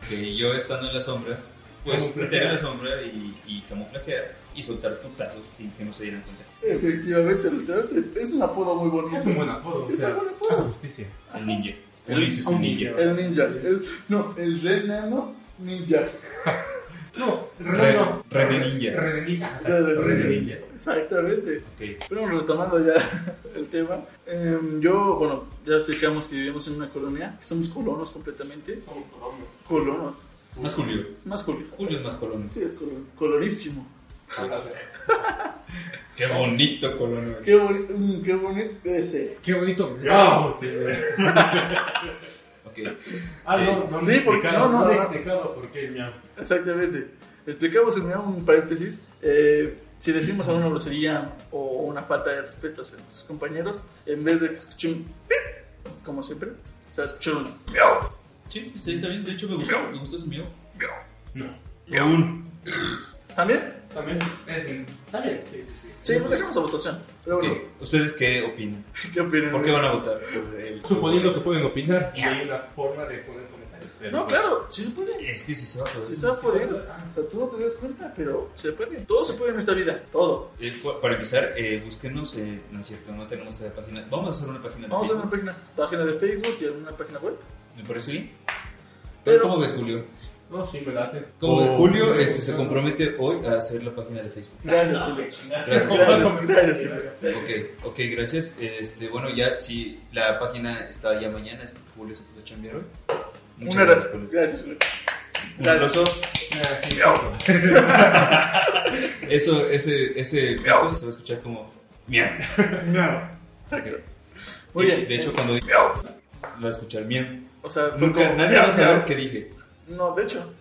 Speaker 5: Que yo estando en la sombra, pues
Speaker 6: Camuflajear.
Speaker 5: meter en la sombra y, y camuflajear y soltar putazos y que no se dieran cuenta.
Speaker 3: Efectivamente, literalmente, es un apodo muy bonito.
Speaker 6: Es un buen apodo. o
Speaker 3: Es
Speaker 6: sea,
Speaker 3: un buen apodo.
Speaker 6: Hace justicia.
Speaker 5: El ninja. Ulises
Speaker 6: Un
Speaker 5: el ninja.
Speaker 3: El ninja. el- no, el renano ninja.
Speaker 6: No,
Speaker 5: Re-
Speaker 6: René.
Speaker 5: René Ninja.
Speaker 6: René Ninja.
Speaker 3: O sea, el
Speaker 6: René
Speaker 3: René
Speaker 6: Ninja.
Speaker 3: Exactamente.
Speaker 5: Ok.
Speaker 3: Pero retomando ya *laughs* el tema, em, yo, bueno, ya explicamos que vivimos en una colonia, que somos colonos completamente.
Speaker 6: Somos colombianos.
Speaker 3: Colonos.
Speaker 5: Más Julio.
Speaker 3: Más colonos.
Speaker 5: Julio es más colón.
Speaker 3: Sí, es colon, colorísimo.
Speaker 5: Qué bonito colón.
Speaker 3: Qué, boni- mm, qué bonito ese.
Speaker 6: Qué bonito. ¡Wow!
Speaker 5: Ok.
Speaker 6: Ah, no, no me
Speaker 3: Sí,
Speaker 6: he
Speaker 3: porque-
Speaker 6: explicado,
Speaker 3: no, no,
Speaker 6: me he
Speaker 3: no.
Speaker 6: explicado por qué el miau.
Speaker 3: Exactamente. Explicamos en un paréntesis. eh, si decimos alguna grosería o una falta de respeto hacia nuestros compañeros, en vez de que escuchen un pip, como siempre, se va a escuchar un
Speaker 5: Sí, está, está bien. De hecho, me gustó. Me gustó ese mío.
Speaker 6: No.
Speaker 3: ¿También?
Speaker 6: También. Es, también. Sí, sí,
Speaker 3: Sí, lo dejamos a votación. Pero
Speaker 5: Ok.
Speaker 3: bueno,
Speaker 5: ¿Ustedes qué opinan?
Speaker 3: ¿qué opinan?
Speaker 5: ¿Por qué van a votar? Por el-
Speaker 6: Suponiendo que pueden opinar, y hay una forma de poner comentarios. pero-
Speaker 3: No, claro, sí se puede.
Speaker 5: Es que si se va a
Speaker 3: Sí se va a poder. O sea, tú no te das cuenta, pero se puede. Todo se puede en esta vida. Todo.
Speaker 5: Eh, pa- Para empezar, eh, búsquenos. eh, no es cierto, no tenemos esa página. Vamos a hacer una página de
Speaker 3: Vamos a hacer una
Speaker 5: Facebook.
Speaker 3: página, página de Facebook y una página web.
Speaker 5: ¿Me parece bien?
Speaker 3: Pero-
Speaker 5: ¿Cómo ves, Julio?
Speaker 6: No, sí, me late. Oh.
Speaker 5: Como
Speaker 3: Oh.
Speaker 6: O-
Speaker 5: Julio este, se compromete hoy a hacer la página de Facebook.
Speaker 3: Gracias, Julio.
Speaker 5: Gracias.
Speaker 3: Gracias, Ah, gracias, Julio.
Speaker 5: Ok, ok, gracias. Este, bueno, ya si la página está ya mañana, es porque Julio se puso a chambear hoy. Muchas
Speaker 3: Una
Speaker 5: gracias,
Speaker 3: razón. *laughs*
Speaker 5: Julio.
Speaker 3: Gracias, Julio.
Speaker 5: Un aplauso.
Speaker 6: Ah, sí,
Speaker 5: Eso, ese, ese grito se va a escuchar como miau.
Speaker 3: Muy bien.
Speaker 5: De hecho, cuando dije miau, lo va a escuchar miau.
Speaker 3: O sea, fue
Speaker 5: Nunca,
Speaker 3: como-
Speaker 5: nadie va a saber qué dije.
Speaker 3: No, de hecho.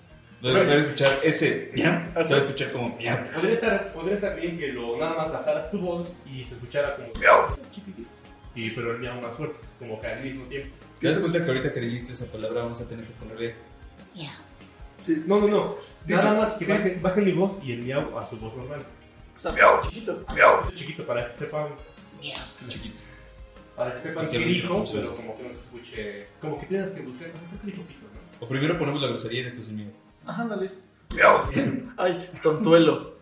Speaker 5: Lo va a escuchar ese miau, se va a escuchar como miau.
Speaker 6: Podría estar, podría estar bien que lo nada más bajaras tu voz y se escuchara como chiquitito. Y pero el miau más fuerte, como que al mismo tiempo.
Speaker 5: ¿Te das cuenta que ahorita que dijiste esa palabra vamos a tener que ponerle
Speaker 6: Sí, No, no, no.
Speaker 3: De
Speaker 6: Nada
Speaker 3: hecho,
Speaker 6: más que
Speaker 3: sí.
Speaker 6: bajen, bajen mi voz y el miau a su voz normal.
Speaker 3: Miau, chiquito.
Speaker 6: Chiquito, para que sepan.
Speaker 3: Mm.
Speaker 5: Chiquito.
Speaker 6: Para que sepan
Speaker 5: Sí,
Speaker 6: qué
Speaker 5: que lo
Speaker 6: dijo,
Speaker 5: escuchen
Speaker 6: pero
Speaker 5: muchas
Speaker 6: como que no se escuche. Como que tienes que buscar. como que dijo pito, no?
Speaker 5: O primero ponemos la grosería y después el mío.
Speaker 3: Ajá, dale. *laughs* Ay, tontuelo.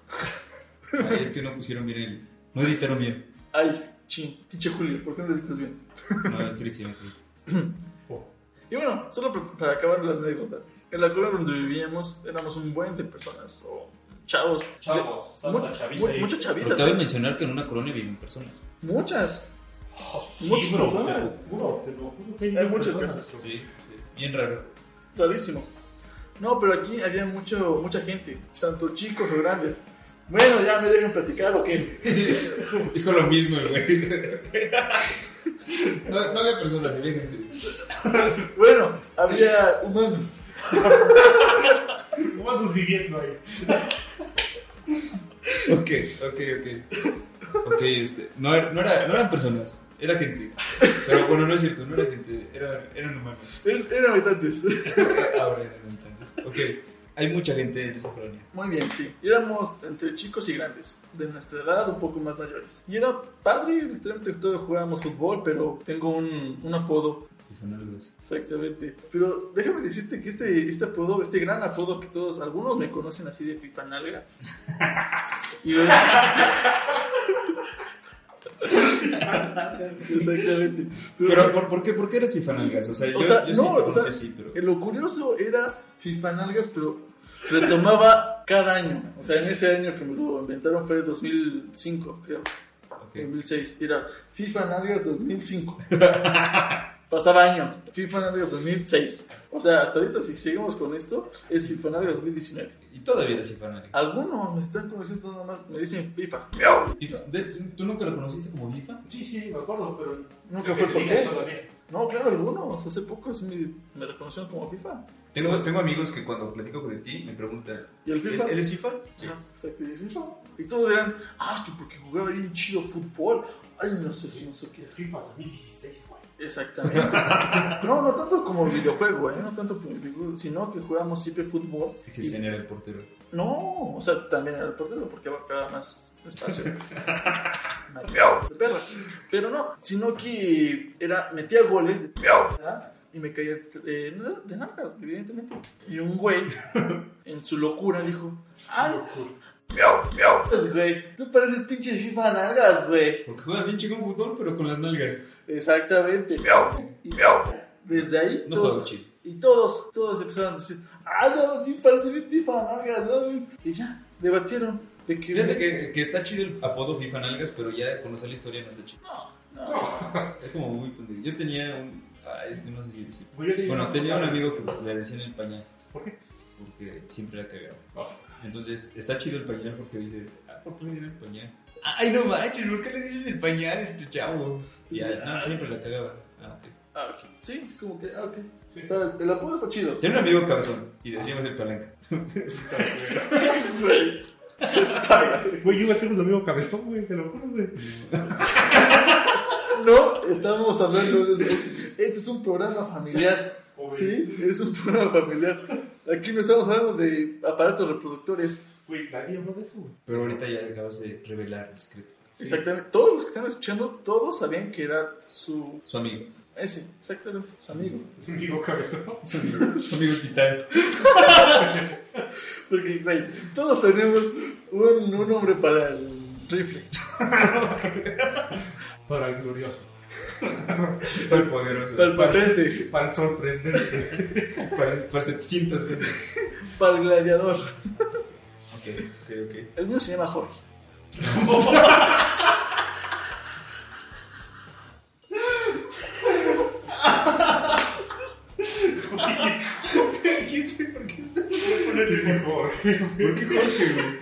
Speaker 5: Ay, es que no pusieron bien el. No editaron bien.
Speaker 3: Ay, chin. Pinche Julio, ¿por qué no lo dices bien?
Speaker 5: No, triste, *laughs* triste.
Speaker 3: Oh. Y bueno, solo pa- para acabar la anécdota. En la colonia donde vivíamos éramos un buen de personas, o chavos.
Speaker 6: Chavos,
Speaker 3: De-
Speaker 6: salta
Speaker 3: mu-
Speaker 6: chaviza
Speaker 3: mu-
Speaker 6: ahí.
Speaker 3: muchas
Speaker 5: Pero
Speaker 3: chavizas.
Speaker 5: cabe mencionar que en una colonia viven personas.
Speaker 3: Muchas.
Speaker 6: Oh, Sí,
Speaker 3: Muchas
Speaker 6: bro,
Speaker 3: personas.
Speaker 6: te lo juro, te lo juro que
Speaker 3: Hay muchas
Speaker 6: bro.
Speaker 3: casas.
Speaker 5: Sí, bien *laughs* raro.
Speaker 3: Rarísimo. No, pero aquí había mucho, mucha gente, tanto chicos o grandes. Bueno, ya me dejan platicar o qué.
Speaker 5: Dijo lo mismo el *laughs* güey. No, no había personas, había gente.
Speaker 3: bueno, había humanos.
Speaker 6: ¿Cómo andas viviendo ahí?
Speaker 5: Ok, ok, ok. Ok, este. No, er- no, era, no eran personas, era gente. Pero bueno, no es cierto, no era gente, era- eran humanos.
Speaker 3: Er- Eran habitantes.
Speaker 5: Ahora eran habitantes. Ok, hay mucha gente en esa colonia.
Speaker 3: Muy bien, sí. Éramos entre chicos y grandes, de nuestra edad, un poco más mayores. Y era padre, literalmente todos jugábamos fútbol, pero tengo un, un apodo.
Speaker 5: Y son algo.
Speaker 3: Exactamente. Pero déjame decirte que este, este apodo, este gran apodo que todos, algunos me conocen así de pipanalgas. y bueno, exactamente. Pero,
Speaker 5: Pero, ¿por, por qué, ¿por qué eres fifanalgas? O sea, yo,
Speaker 3: o sea,
Speaker 5: yo sí
Speaker 3: no,
Speaker 5: te
Speaker 3: o sea,
Speaker 5: conocí así, pero.
Speaker 3: lo curioso era fifanalgas, pero retomaba cada año. O sea, en ese año que me lo inventaron fue 2005, creo.
Speaker 5: Ok.
Speaker 3: 2006, era FIFA Nalgas 2005. *laughs* Pasaba año, FIFA Nalgas 2006. O sea, hasta ahorita si seguimos con esto, es FIFA Nalgas 2019.
Speaker 5: Y todavía eres fifanalga.
Speaker 3: Algunos me están conociendo nada más, me dicen FIFA.
Speaker 5: Fifa- de- ¿Tú nunca lo conociste como FIFA?
Speaker 6: Sí, sí, me acuerdo, pero.
Speaker 3: Nunca fue por qué. No, claro, algunos. Hace poco es mi- me reconocieron como FIFA.
Speaker 5: Tengo, tengo amigos que cuando platico de ti me preguntan, ¿E-,
Speaker 3: ¿Y el FIFA?
Speaker 5: ¿eres FIFA? Sí.
Speaker 3: Ajá, Exacto, y el FIFA. Y todos dirán, ah, es que porque jugaba bien chido fútbol. Ay, no sé, no sé qué.
Speaker 6: FIFA 2016, güey.
Speaker 3: Exactamente. *laughs* No, no tanto como el videojuego, ¿eh? No tanto como el videojuego, sino que jugamos siempre fútbol. y-
Speaker 5: Cristian era el portero.
Speaker 3: No, o sea, también era el portero porque abarcaba más espacio. Una de perra. Pero no, sino que era, metía goles de ¿verdad? y me caía eh, no, de nalgas, evidentemente. Y un güey, en su locura, dijo: ¡Ay, pues, güey! Tú pareces pinche FIFA nalgas, güey.
Speaker 5: Porque juega bien chico en fútbol, pero con las nalgas.
Speaker 3: Exactamente. Y Desde ahí,
Speaker 5: No
Speaker 3: todos-
Speaker 5: juega chido.
Speaker 3: y todos, todos empezaron a decir: ¡Ay, no, sí, parece bien FIFA nalgas, ¿no?". Y ya, debatieron de que.
Speaker 5: Fíjate que, que está chido el apodo FIFA Nalgas, pero ya conocer la historia no está chido.
Speaker 3: No.
Speaker 5: *laughs* Es como muy pendejo. Yo tenía un. Ay, es que no sé si decir.
Speaker 6: Güey, yo tenía
Speaker 5: Bueno,
Speaker 6: una-
Speaker 5: tenía un amigo que le decían el pañal,
Speaker 6: ¿Por qué?
Speaker 5: porque siempre la cagaba.
Speaker 6: Ah.
Speaker 5: Entonces, está chido el pañal porque dices, ah, ¿por qué le dieron el pañal? Ay, no manches, ¿por qué le dicen el pañal a este chavo? Y ya, no, siempre la cagaba. Ah, ok.
Speaker 3: Ah, ok. Sí, es como que, ah, ok.
Speaker 6: Sí.
Speaker 3: O sea, el apodo está chido.
Speaker 5: Tenía un amigo cabezón y decíamos el palanca.
Speaker 3: *laughs* Güey. *laughs*
Speaker 6: Güey, yo igual tengo un amigo cabezón, güey, te lo juro, güey.
Speaker 3: no, estamos hablando de eso. Este es un programa familiar. Sí, es un programa familiar. Aquí no estamos hablando de aparatos reproductores.
Speaker 6: Güey, nadie habló de eso, *laughs* güey.
Speaker 5: Pero ahorita ya acabas de revelar el secreto.
Speaker 3: Exactamente. Todos los que están escuchando, todos sabían que era su...
Speaker 5: Su amigo.
Speaker 3: Ese, exactamente, su amigo.
Speaker 6: Amigo cabezón.
Speaker 5: *laughs* Su amigo, su amigo titán.
Speaker 3: Porque, güey, todos tenemos un, un nombre para el rifle.
Speaker 6: Para el glorioso.
Speaker 5: Para el poderoso.
Speaker 3: Para el patente.
Speaker 6: Para el *laughs* sorprendente.
Speaker 5: Para, el- para 700 veces.
Speaker 3: Para el gladiador.
Speaker 5: Ok, ok, ok.
Speaker 3: El mío se llama Jorge.
Speaker 5: ¿Quién sabe por qué está?
Speaker 6: Ponele, por favor.
Speaker 5: ¿Por qué Jorge, güey?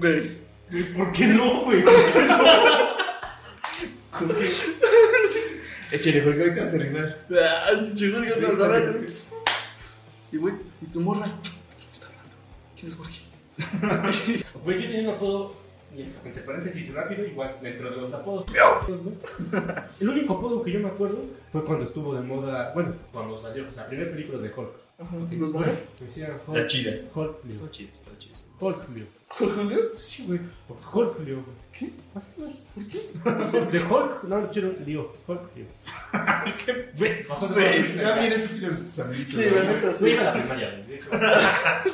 Speaker 3: Güey. *laughs*
Speaker 6: Güey, ¿Por qué no, güey?
Speaker 5: Jorge. Échale, Jorge, ahorita vas a arreglar.
Speaker 3: Ah, llegó el gato, ¿sabes? Y güey, ¿y tu morra? ¿Quién me está hablando? ¿Quién es Jorge?
Speaker 6: Güey, yo tenía un apodo y entre paréntesis rápido, igual dentro de los apodos. *laughs* El único apodo que yo me acuerdo fue cuando estuvo de moda, bueno, cuando salió la primera película de Hulk.
Speaker 3: ¿Nos muere?
Speaker 6: Me decían
Speaker 5: La
Speaker 6: Hulk.
Speaker 5: chida.
Speaker 6: Hulk Leo.
Speaker 5: Está chido, está chido.
Speaker 6: Hulk Leo.
Speaker 3: ¿Julio?
Speaker 6: Sí, güey. Hulk Leo. güey. ¿Qué? Así, güey. ¿Por qué? No sé, De Hulk, no, chino, Leo. Hulk Leo. ¿Qué?
Speaker 3: Güey,
Speaker 7: Ya bien estúpidos estos amiguitos.
Speaker 3: Sí,
Speaker 7: ¿no?
Speaker 3: la neta,
Speaker 6: Fui
Speaker 3: sí.
Speaker 6: a la primaria, güey. De hecho,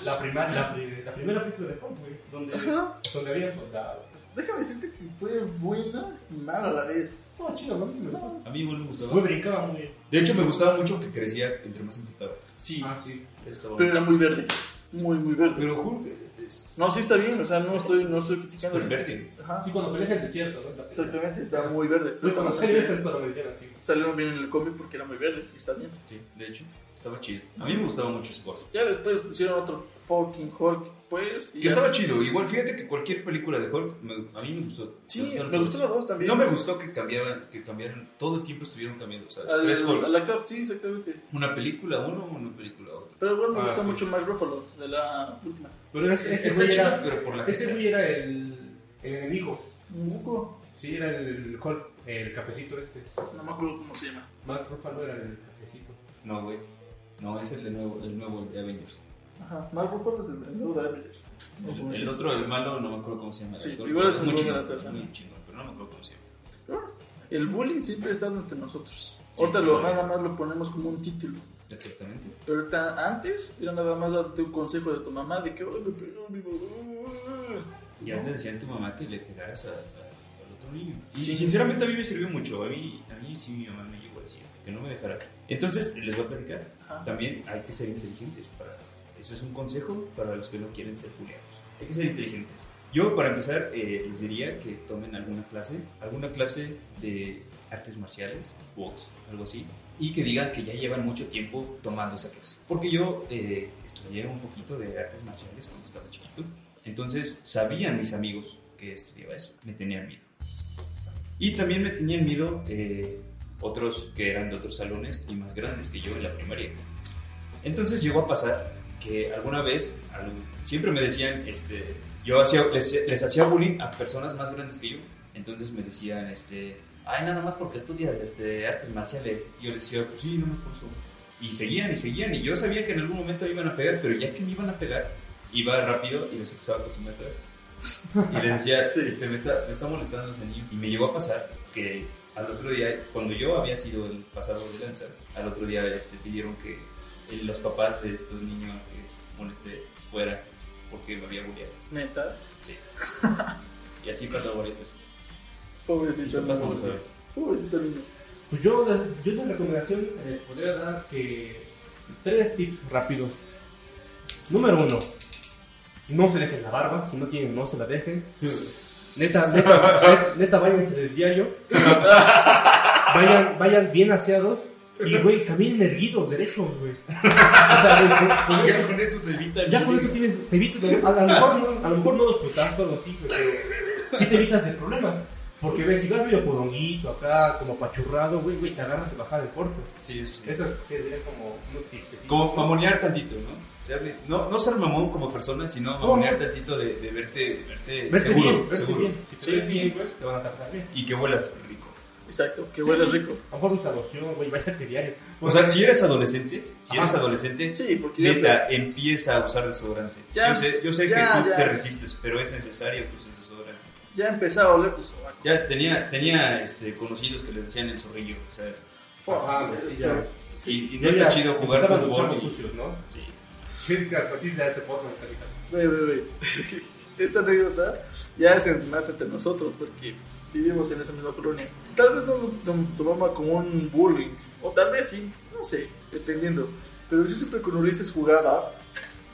Speaker 6: La, prima- la, pri- la primera película de Hulk, güey. Donde,
Speaker 3: Ajá.
Speaker 6: donde había soldados.
Speaker 3: Déjame decirte que fue buena y mala a la vez.
Speaker 6: No, chido, no, no, no.
Speaker 5: A mí igual me gustaba.
Speaker 6: Güey, brincaba muy bien.
Speaker 5: De hecho, me gustaba mucho que crecía entre más emputaba.
Speaker 3: Sí.
Speaker 6: Ah, sí.
Speaker 5: Eso estaba
Speaker 3: Pero
Speaker 5: bueno.
Speaker 3: era muy verde. Muy, muy verde.
Speaker 5: Pero Hulk es
Speaker 3: No, sí está bien, o sea, no estoy, no estoy criticando.
Speaker 5: súper verde.
Speaker 3: Ajá.
Speaker 6: Sí, cuando peleas en el desierto, ¿no? La pelea.
Speaker 3: Exactamente, está muy verde.
Speaker 6: Güey, cuando salió esa es cuando me decían así.
Speaker 3: Salieron bien en el cómic porque era muy verde y está bien.
Speaker 5: Sí, de hecho, estaba chido. A mí me gustaba mucho Sports.
Speaker 3: Ya después pusieron otro fucking Hulk, pues. y
Speaker 5: Que
Speaker 3: ya-
Speaker 5: estaba chido. Igual, fíjate que cualquier película de Hulk, me- a mí me gustó.
Speaker 3: Sí,
Speaker 5: gustaron
Speaker 3: me
Speaker 5: todas.
Speaker 3: gustó la dos también.
Speaker 5: No me gustó que cambiaran, que cambiaran, todo el tiempo estuvieron cambiando. O sea,
Speaker 3: Al,
Speaker 5: tres Hulks.
Speaker 3: al actor, sí, exactamente.
Speaker 5: Una película uno, una película otra.
Speaker 3: Pero bueno, me
Speaker 6: Ah,
Speaker 3: gusta
Speaker 6: sí.
Speaker 3: mucho Mark Ruffalo de la última.
Speaker 6: Pero ese, ese
Speaker 5: Está
Speaker 6: güey
Speaker 5: chido,
Speaker 6: era,
Speaker 5: pero por la
Speaker 6: ese
Speaker 5: gente.
Speaker 6: güey era el, el enemigo.
Speaker 3: Un buco,
Speaker 6: Sí, era el Hulk, el cafecito este.
Speaker 3: no me acuerdo cómo se llama.
Speaker 6: Mark Ruffalo era el cafecito.
Speaker 5: No, güey. No, es el de nuevo, el nuevo de Avengers.
Speaker 3: Ajá, Mark Ruffalo es el nuevo de Avengers. No,
Speaker 5: El,
Speaker 3: como
Speaker 5: el
Speaker 3: se-
Speaker 5: otro, el malo, no me acuerdo cómo se llama. el
Speaker 3: Sí,
Speaker 5: actor,
Speaker 3: igual
Speaker 5: pero
Speaker 3: es un
Speaker 5: muy
Speaker 3: buen
Speaker 5: chingón,
Speaker 3: actor,
Speaker 5: muy
Speaker 3: ajá.
Speaker 5: chingón, pero no me acuerdo cómo se llama.
Speaker 3: El bullying siempre está entre nosotros.
Speaker 5: Sí,
Speaker 3: Ahorita lo,
Speaker 5: claro.
Speaker 3: nada más lo ponemos como un título.
Speaker 5: Exactamente.
Speaker 3: Pero ahorita antes era nada más darte un consejo de tu mamá de que "Ay, me pegó mi mamá".
Speaker 5: Y antes decían tu mamá que le pegaras a- a- al otro niño. Y
Speaker 3: Sí.
Speaker 5: sinceramente a mí me sirvió mucho. A mí, a mí sí mi mamá me llegó a decir que no me dejara. Entonces, les voy a platicar.
Speaker 3: Ajá.
Speaker 5: También hay que ser inteligentes. Para, ese es un consejo para los que no quieren ser julianos. Hay que ser inteligentes. Yo, para empezar, eh, les diría que tomen alguna clase, alguna clase de artes marciales, box, algo así, y que digan que ya llevan mucho tiempo tomando esa clase. Porque yo eh, estudié un poquito de artes marciales cuando estaba chiquito, entonces sabían mis amigos que estudiaba eso, me tenían miedo. Y también me tenían miedo eh, otros que eran de otros salones y más grandes que yo en la primaria. Entonces llegó a pasar que alguna vez, algo- siempre me decían, este, yo hacía, les, les hacía bullying a personas más grandes que yo. Entonces me decían, este, ay, nada más porque estudias este, artes marciales. Y yo les decía, pues sí, no me esfuerzo. Y seguían y seguían. Y yo sabía que en algún momento me iban a pegar, pero ya que me iban a pegar, iba rápido y les acusaba con su maestra. Y les decía, este, me, está, me está molestando ese niño. Y me llegó a pasar que al otro día, cuando yo había sido el pasado de danza, al otro día este, pidieron que el- los papás de estos niños que molesté fuera porque me había bulleado.
Speaker 3: Neta,
Speaker 5: Y así pasó varias veces. Mis
Speaker 3: pobrecito
Speaker 5: papás no lo
Speaker 3: niño.
Speaker 5: saben.
Speaker 3: Pobrecito niño.
Speaker 6: Pues yo, yo esa recomendación les podría dar que tres tips rápidos. Número uno, no se dejen la barba, si no tienen no se la dejen. Neta, *laughs* neta, neta, váyanse del diario. Vayan, vayan bien aseados y, güey, caminen erguidos, derechos, güey. O sea, güey, con- *laughs* con eso-
Speaker 5: eso se evita.
Speaker 6: Ah, ya con eso tienes, te evitas, a, a lo mejor no, a lo mejor no los putazos, los hijos, pero pues, eh, sí te evitas de problemas. Porque ves, si vas medio podonguito acá, como apachurrado, güey, güey, te agarras de bajar de corto.
Speaker 5: Sí, eso sí.
Speaker 6: Eso sería como unos tipecitos.
Speaker 5: Como mamonear tantito, ¿no? O sea, de- no, no ser mamón como persona, sino mamonear tantito de, de verte, verte,
Speaker 6: Vete
Speaker 5: seguro,
Speaker 6: bien, vete
Speaker 5: seguro.
Speaker 6: bien. Si te
Speaker 5: Sí,
Speaker 6: ves bien, pues. güey, te van a tratar bien.
Speaker 5: Y que vuelas rico.
Speaker 3: Exacto, que huele
Speaker 6: Sí.
Speaker 3: rico.
Speaker 6: A lo mejor usa loción, güey, váyate diario.
Speaker 5: O sea, si eres adolescente, si
Speaker 6: Pues Ajá.
Speaker 5: eres adolescente,
Speaker 3: Sí, porque ya-
Speaker 5: neta, empieza a usar desodorante.
Speaker 3: Ya,
Speaker 5: yo sé, yo sé
Speaker 3: ya,
Speaker 5: que tú
Speaker 3: ya.
Speaker 5: te resistes, pero es necesario que uses desodorante.
Speaker 3: ya empezaba a oler pues, tu sobaco.
Speaker 5: Ya tenía, tenía este, conocidos que le decían el zorrillo. O sea,
Speaker 6: Ajá, ah, güey, ya.
Speaker 5: y, y no está chido jugar
Speaker 6: Empezaban los
Speaker 5: fútbol.
Speaker 6: chavos
Speaker 5: y-
Speaker 6: sucios, ¿no?
Speaker 5: sí.
Speaker 6: Es que así se hace porno, carica.
Speaker 3: Güey, güey, güey. *laughs* Esta anécdota ya es más entre nosotros porque vivimos en esa misma colonia. Tal vez no lo no lo tomaba como un bullying, o tal vez sí, no sé, dependiendo. Pero yo siempre con Ulises jugaba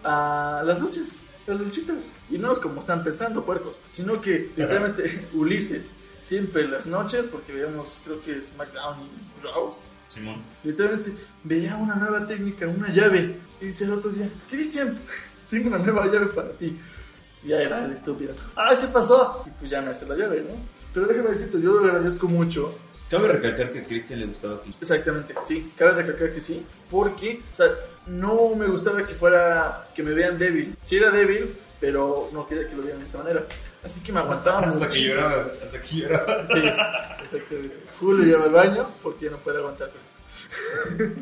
Speaker 3: a las luchas, las luchitas. Y no es como están pensando, puercos, sino que literalmente *laughs* Ulises siempre en las noches, porque veíamos, creo que SmackDown y Raw,
Speaker 5: Simón.
Speaker 3: Literalmente veía una nueva técnica, una llave. Y dice el otro día, Cristian, tengo una nueva llave para ti. Y ya era el estúpido. Ah, ¿qué pasó? Y pues ya me hace la llave, ¿no? Pero déjame decirte, yo lo agradezco mucho.
Speaker 5: Cabe recalcar que a Cristian le gustaba que
Speaker 3: Exactamente, sí. Cabe recalcar que sí. Porque, o sea, no me gustaba que fuera, que me vean débil. Si era débil, pero no quería que lo vieran de esa manera. Así que me aguantaba
Speaker 5: Hasta que
Speaker 3: muchísimo.
Speaker 5: llorabas, hasta que llorabas.
Speaker 3: Sí, exactamente. Julio lleva al baño porque ya no puede aguantar con eso.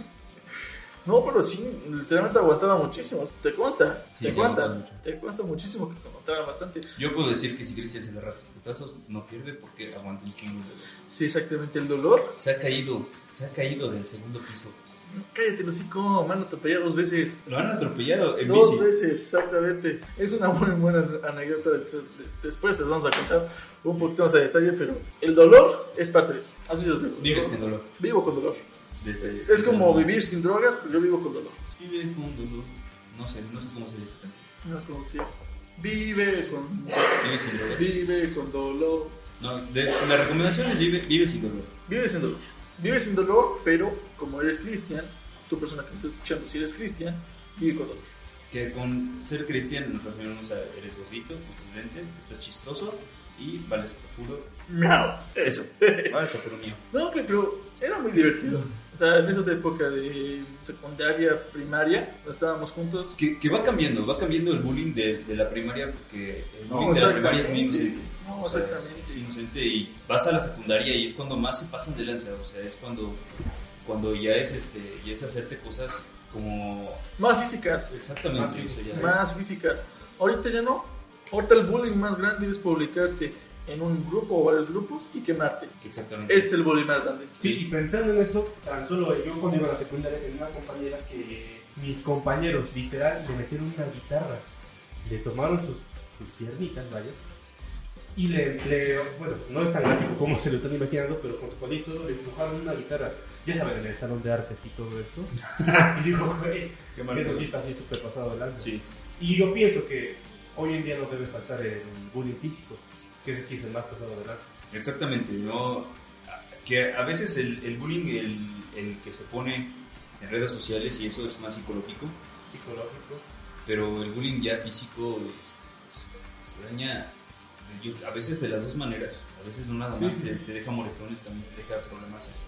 Speaker 3: No, pero sí, literalmente aguantaba muchísimo. ¿Te consta?
Speaker 5: Sí,
Speaker 3: ¿Te
Speaker 5: sí,
Speaker 3: consta?
Speaker 5: aguantaba mucho.
Speaker 3: ¿Te consta muchísimo que aguantaba bastante?
Speaker 5: Yo puedo decir que si Grecia se le rata putazos, no pierde porque aguanta un chingo de dolor.
Speaker 3: Sí, exactamente. El dolor.
Speaker 5: Se ha caído, se ha caído del segundo piso.
Speaker 3: Cállate, el hocico, mano, te pegué dos veces.
Speaker 5: Lo han atropellado en
Speaker 3: Dos
Speaker 5: bici.
Speaker 3: veces, exactamente. Es una muy buena anécdota. de- de- Después les vamos a contar un poquito más a detalle, pero el dolor es parte. de- Así se hace.
Speaker 5: Vives con dolor.
Speaker 3: Vivo con dolor.
Speaker 5: Desde-
Speaker 3: Es como
Speaker 5: desde-
Speaker 3: vivir sin drogas, pero yo vivo con dolor.
Speaker 5: Vive con dolor. No sé, no sé cómo se dice.
Speaker 3: No es como que vive con,
Speaker 5: Vive sin dolor.
Speaker 3: vive con dolor.
Speaker 5: No, de, la recomendación es vive, vive sin dolor.
Speaker 3: Vive sin dolor. Vive sin dolor, pero como eres cristian, tu persona que me está escuchando, si eres cristian, vive con dolor.
Speaker 5: Que con ser cristiano nos referimos a eres gordito, usas lentes, estás chistoso y vales por puro.
Speaker 3: Miau. Eso.
Speaker 5: Vales por puro mío.
Speaker 3: No, que pero era muy divertido. O sea, en esa época de secundaria, primaria, estábamos juntos.
Speaker 5: Que, que va cambiando, va cambiando el bullying de, de la primaria porque el
Speaker 3: No,
Speaker 5: bullying de la primaria es muy
Speaker 3: exactamente.
Speaker 5: inocente.
Speaker 3: No,
Speaker 5: O sea,
Speaker 3: exactamente.
Speaker 5: es inocente y vas a la secundaria y es cuando más se pasan de lanza, o sea, es cuando, cuando ya es este, ya es hacerte cosas como
Speaker 3: Más físicas,
Speaker 5: exactamente
Speaker 6: Más
Speaker 5: o sea, ya-
Speaker 3: más físicas. Ahorita ya no. Ahorita el bullying más grande es publicarte en un grupo o varios grupos y quemarte.
Speaker 5: exactamente.
Speaker 3: Es el bullying más grande.
Speaker 6: Sí, y pensando en eso, tan solo yo cuando iba a la secundaria tenía una compañera que mis compañeros literal le metieron una guitarra, le tomaron sus, sus piernitas, vaya, y le, le- bueno, no es tan gráfico como se lo están imaginando, pero con su palito le dibujaron una guitarra, ya saben, en el salón de artes y todo esto, y digo, güey,
Speaker 5: Qué mal
Speaker 6: eso sí
Speaker 5: pedo.
Speaker 6: está así súper pasado de lanza.
Speaker 5: Sí.
Speaker 6: Y yo pienso que hoy en día no debe faltar el bullying físico, que ese sí es el más pasado de lanza.
Speaker 5: Exactamente, ¿no? Que a veces el, el bullying, el, el que se pone en redes sociales y eso es más psicológico,
Speaker 6: Psicológico.
Speaker 5: pero el bullying ya físico este, pues, se daña yo- a veces de las dos maneras, a veces no nada más, te, te deja moretones, también te deja problemas este,